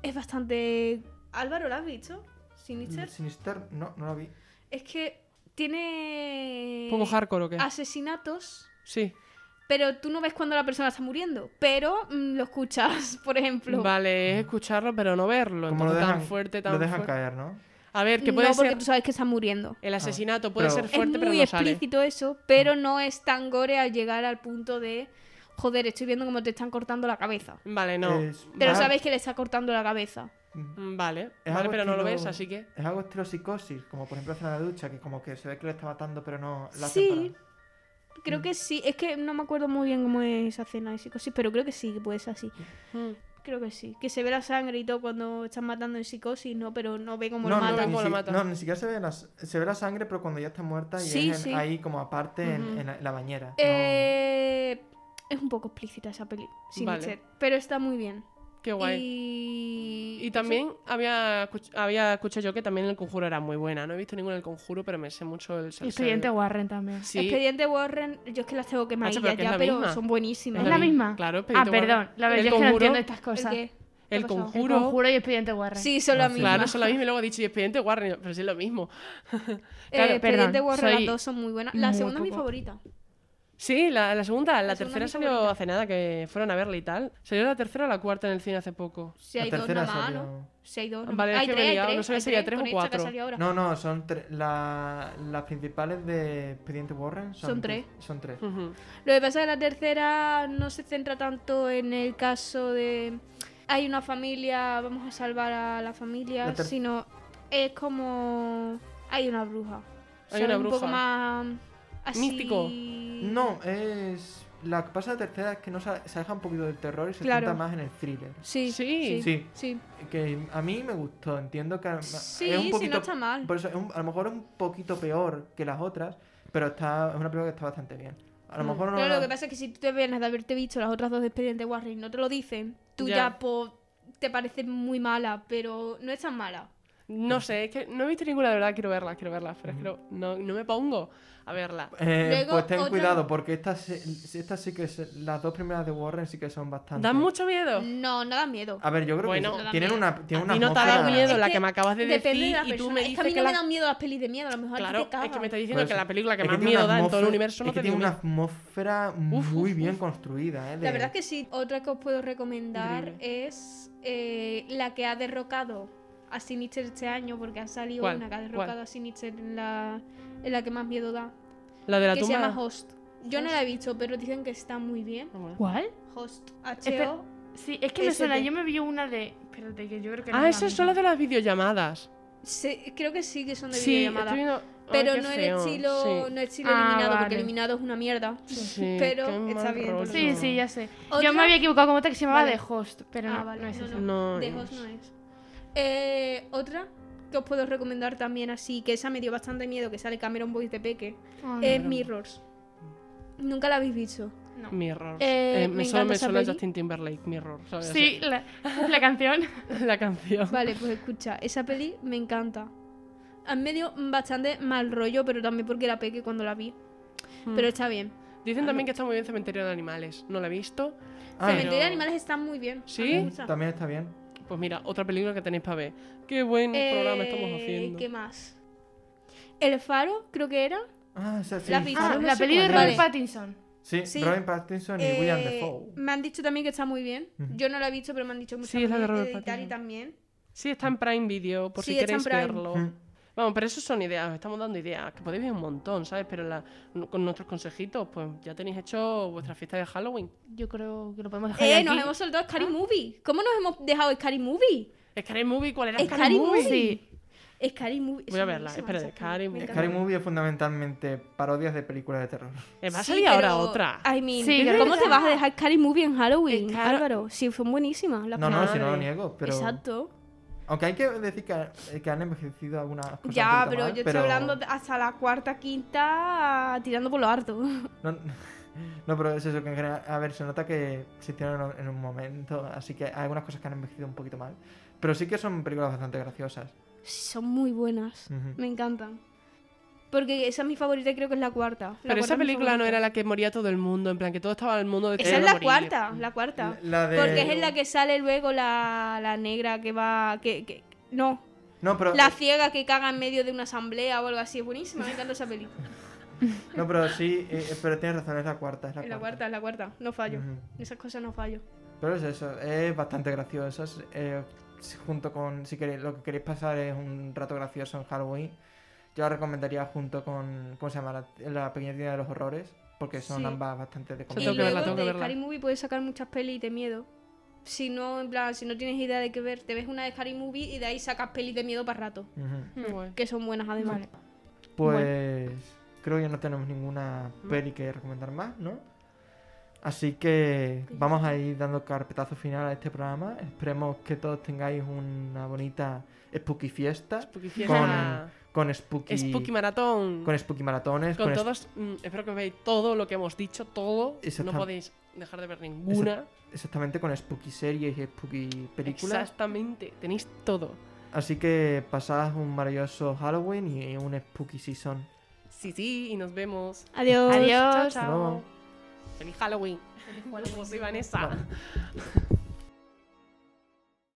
es bastante... Álvaro, ¿lo has vicho? Sinister.
Sinister, no, no la vi.
Es que tiene...
Un poco eh. hardcore o qué?
Asesinatos
Sí.
pero tú no ves cuando la persona está muriendo, pero mm, lo escuchas, por ejemplo.
Vale, es escucharlo pero no verlo.
Como lo
Entonces,
dejan,
tan fuerte, tan
lo dejan
fuerte.
caer, ¿no?
A ver, que puede
no porque
ser
tú sabes que está muriendo.
el asesinato puede
Pero-
ser fuerte,
es
pero
muy
no sale. Ah.
explícito eso, pero no es tan gore al llegar al punto de, joder, estoy viendo cómo te están cortando la cabeza.
Vale, no.
Es-
Pero
ah,
sabes que le está cortando la cabeza.
Mm, Vale,
Es
vale,
algo
pero no lo
estilo-
ves, así que
Es algo estilo psicosis, como por ejemplo hace la ducha, que como que se ve que le está matando, pero no la hacen
Sí,
parar.
Mm.
creo que sí. Es que no me acuerdo muy bien cómo es esa escena de psicosis, pero creo que sí, que puede ser así.
Mm.
Creo que sí. Que se ve la sangre y todo cuando están matando en psicosis, ¿no? Pero no ve cómo
no,
lo
no,
matan.
ni
como lo
si-
matan.
no, ni siquiera se ve, la, se ve la sangre, pero cuando ya está muerta y
Sí,
es en-
sí.
ahí como aparte en- en, la, en la bañera. No-
Eh, Es un Eh, poco explícita esa peli, sin
Vale.
ser, pero está muy bien.
Qué guay.
Y...
Y, también había, escuch- había escuchado yo que también el conjuro era muy buena. No he visto ninguna del conjuro, pero me sé mucho el
Y
salseo.
expediente Warren también.
Sí.
Expediente Warren, yo es que las tengo que
Macho, pero que es
ya,
la
pero
misma.
son buenísimas.
¿Es la misma?
Claro,
Ah,
Expediente Warren.
perdón. La verdad
El
es que no
conjuro-
entiendo estas
¿El
cosas.
qué?
El
pasó? El
El
conjuro.
conjuro y expediente Warren.
Sí, son las mismas.
Ah, Claro, son la misma. Y luego he dicho, y expediente Warren. Pero sí es lo mismo.
Eh,
Claro,
Expediente
perdón,
Warren,
soy
las dos son muy buenas. La
muy
segunda es mi
poco-
favorita.
Sí, la, la segunda. La,
La segunda
tercera
es mi
salió
favorita.
hace nada, que fueron a verla y tal. ¿Salió la tercera o la cuarta en el cine hace poco?
Si hay
la
dos nada
tercera
más,
salió.
¿no? Si hay dos. nada
Ah, Vale, es
más. hay
que me
tres,
he
hay
liado,
tres,
no sabía
hay
si había tres
tres,
o
con esta que
cuatro.
salió ahora.
No, no, son tres. la- las principales de Expediente Warren son,
Son tres.
Son tres.
Ujú.
Lo que pasa es que la tercera no se centra tanto en el caso de hay una familia, vamos a salvar a la familia,
La ter-
sino es como hay una bruja. O
Hay
sea,
una
es Un
bruja.
poco más así...
Místico.
Mm.
No, es. La que pasa de tercera es que no se, se aleja un poquito del terror y se centra
Claro.
más en el thriller.
Sí.
Sí.
Sí.
Sí.
Sí.
Que a mí me gustó, entiendo que. a-
Sí,
es un
si
poquito,
no está mal.
Por eso, es un- a lo mejor es un poquito peor que las otras, pero está, es una película que está bastante bien. A lo
Mm.
mejor no.
Pero
la-
lo que pasa es que si tú te vienes de haberte visto las otras dos de Expediente Warren y no te lo dicen, tú
Ya.
ya, po, te parece muy mala, pero no es tan mala.
No sé, es que no he visto ninguna de verdad, quiero verlas, quiero verlas, pero es que no, no, no me pongo a verla.
Eh,
Luego,
pues ten
otra-
cuidado, porque estas, se- estas sí que. se- las dos primeras de Warren sí que son bastante.
¿Dan mucho miedo?
No, no da miedo.
A ver, yo creo
Bueno,
que
da
tienen
miedo.
una. Tienen
A
una
mí no te ha
atmósfera-
dado miedo
Es
la que me acabas de
depende
decir
la
y tú
persona.
me
es que a
dices
mí no
que
me
la-
dan miedo las pelis de miedo, a lo mejor a ti
Claro,
te cagan.
es que me está
Por
diciendo
eso.
que la película que
Pues Es
más
tiene
miedo
una
da en todo el
atmósfera-
universo no
es que
te
tiene
digo
una
miedo.
atmósfera
Uf,
muy
uf,
bien
uf.
construida, ¿eh?
La verdad que sí. Otra que os puedo recomendar
Increíble.
es eh, la que ha derrocado a Sinister este año, porque ha salido
¿Cuál?
una que ha
¿Cuál?
derrocado a Sinister en la, en la que más miedo da.
La de la
que se llama
tumba.
Host. Yo no la he visto, pero dicen que está muy bien.
Ah, bueno.
¿Cuál?
Host.
Espera.
H-O.
Sí, es que me
Ese
suena.
de-
Yo me vi una de. Espérate, que yo creo que. no
Ah,
la
esas
misma.
son las de las videollamadas.
Se- creo que sí que son de
Sí,
videollamada.
estoy viendo... Ay,
Pero
qué
no el
feo.
estilo,
Sí.
no el estilo
Ah,
eliminado,
vale.
porque eliminado es una mierda.
Sí,
pero
qué
está
mal
bien, por lo
rollo.
Sí, sí, ya sé.
Otra-
Yo me había equivocado con otra que se llamaba
Vale.
The Host, pero
Ah,
no,
vale,
no es
no,
esa.
No,
De
es-
Host no es. Eh, Otra que os puedo recomendar también así, que esa me dio bastante miedo, que sale Cameron Boys de Peque,
Ay,
es
Ah, no.
Mirrors. Nunca la habéis visto.
no.
Mirrors.
Eh,
Eh,
me
me suena,
encanta
me
esa
suena
peli.
Justin Timberlake, Mirror. ¿sabes?
Sí, la, la canción.
La canción.
Vale, pues escucha, esa peli me encanta. A mí me dio bastante mal rollo, pero también porque era Peque cuando la vi.
Mm.
Pero está bien.
Dicen también que está muy bien Cementerio de Animales. No la he visto.
Ah,
Cementerio de
pero-
Animales está muy bien.
¿Sí?
A mí me gusta.
También está bien.
Pues mira, otra película que tenéis para ver. Qué buen Este programa estamos
Eh,
haciendo.
¿Qué más? El faro, creo que era.
Ah, o sea, sí.
La vi-
Ah,
no
la
sé
peli de
cuál
Robert
es.
Pattinson.
Sí,
Sí.
Robin Pattinson y
Eh,
William Defoe.
me han dicho también que está muy bien.
Ujú.
Yo no la he visto, pero me han dicho mucho.
Sí, es la de Robert
y
Pattinson.
también.
Sí, está en Prime Video, por
Sí,
si
está
queréis
en Prime.
verlo.
Mm.
Vamos, pero eso son ideas, os estamos dando ideas, que podéis ver un montón, ¿sabes? Pero la- con nuestros consejitos, pues ya tenéis hecho vuestra fiesta de Halloween.
Yo creo que lo podemos dejar ya
Eh,
aquí.
nos hemos soltado Scary
Ah.
Movie. ¿Cómo nos hemos dejado Scary Movie?
Scary Movie, ¿cuál era
Scary Movie.
Sí.
Scary Movie.
Voy a verla, espera, Scary Movie.
Scary Movie es fundamentalmente parodias de películas de terror.
Eh, Va a salir ahora otra.
I mean,
Sí, creo
¿cómo
que
te
sí.
vas a dejar Scary Movie en Halloween,
Scar-
Álvaro? Sí, son buenísimas. las
No, no,
películas.
si no lo
madre.
niego, pero.
Exacto.
Aunque hay que decir que, que han envejecido algunas cosas.
ya,
un poquito
pero
mal,
yo estoy hablando de hasta la cuarta, quinta, tirando por lo harto.
No, no, pero es eso que en general. A ver, se nota que se hicieron en un momento, así que hay algunas cosas que han envejecido un poquito mal. Pero sí que son películas bastante graciosas.
Son muy buenas.
Ujú.
Me encantan. Porque esa es mi favorita y creo que es la cuarta. La
Pero
cuarta
esa
es mi
película no
favorita.
era la que moría todo el mundo, en plan que todo estaba el mundo de
Esa es la cuarta, la cuarta.
La de.
Porque es en la que sale luego la, la negra que va... Que, que- no,
No, pero. eh,
la ciega que caga en medio de una asamblea o algo así. Es buenísima, me encanta esa película.
No, pero sí, eh, eh, pero tienes razón, es la cuarta. Es la,
Es la cuarta, es la cuarta. No fallo.
Ujú.
En Esas cosas no fallo.
Pero es eso, es bastante gracioso. es, eh, si- junto con, si queréis, lo que queréis pasar es un rato gracioso en Halloween, yo la recomendaría junto con, ¿cómo se llama? La, la pequeña tienda de los horrores, porque son
Sí.
ambas bastante de
Yo
y
tengo que
luego
verla, tengo que
de
verla.
Scary Movie puedes sacar muchas pelis de miedo. Si no, en plan, si no tienes idea de qué ver, te ves una de Scary Movie y de ahí sacas pelis de miedo para rato.
Ujú.
Guay.
Que son buenas además.
Vale.
Pues creo que no tenemos ninguna
Mm.
peli que recomendar más, ¿no? Así que vamos a ir dando carpetazo final a este programa. Esperemos que todos tengáis una bonita spooky fiesta.
Porque hiciera-
con Spooky,
Spooky Maratón.
con Spooky Maratones,
Con
es-
todos, mm, espero que veáis todo lo que hemos dicho, todo. No
Exactam-
podéis dejar de ver ninguna.
exactamente con Spooky series y Spooky películas.
Exactamente, tenéis todo.
Así que pasad un maravilloso Halloween y un Spooky Season.
Sí, sí, y nos vemos.
Adiós.
Adiós.
Chao,
luego.
chao. Feliz Halloween. Yo soy Vanessa.
Vale.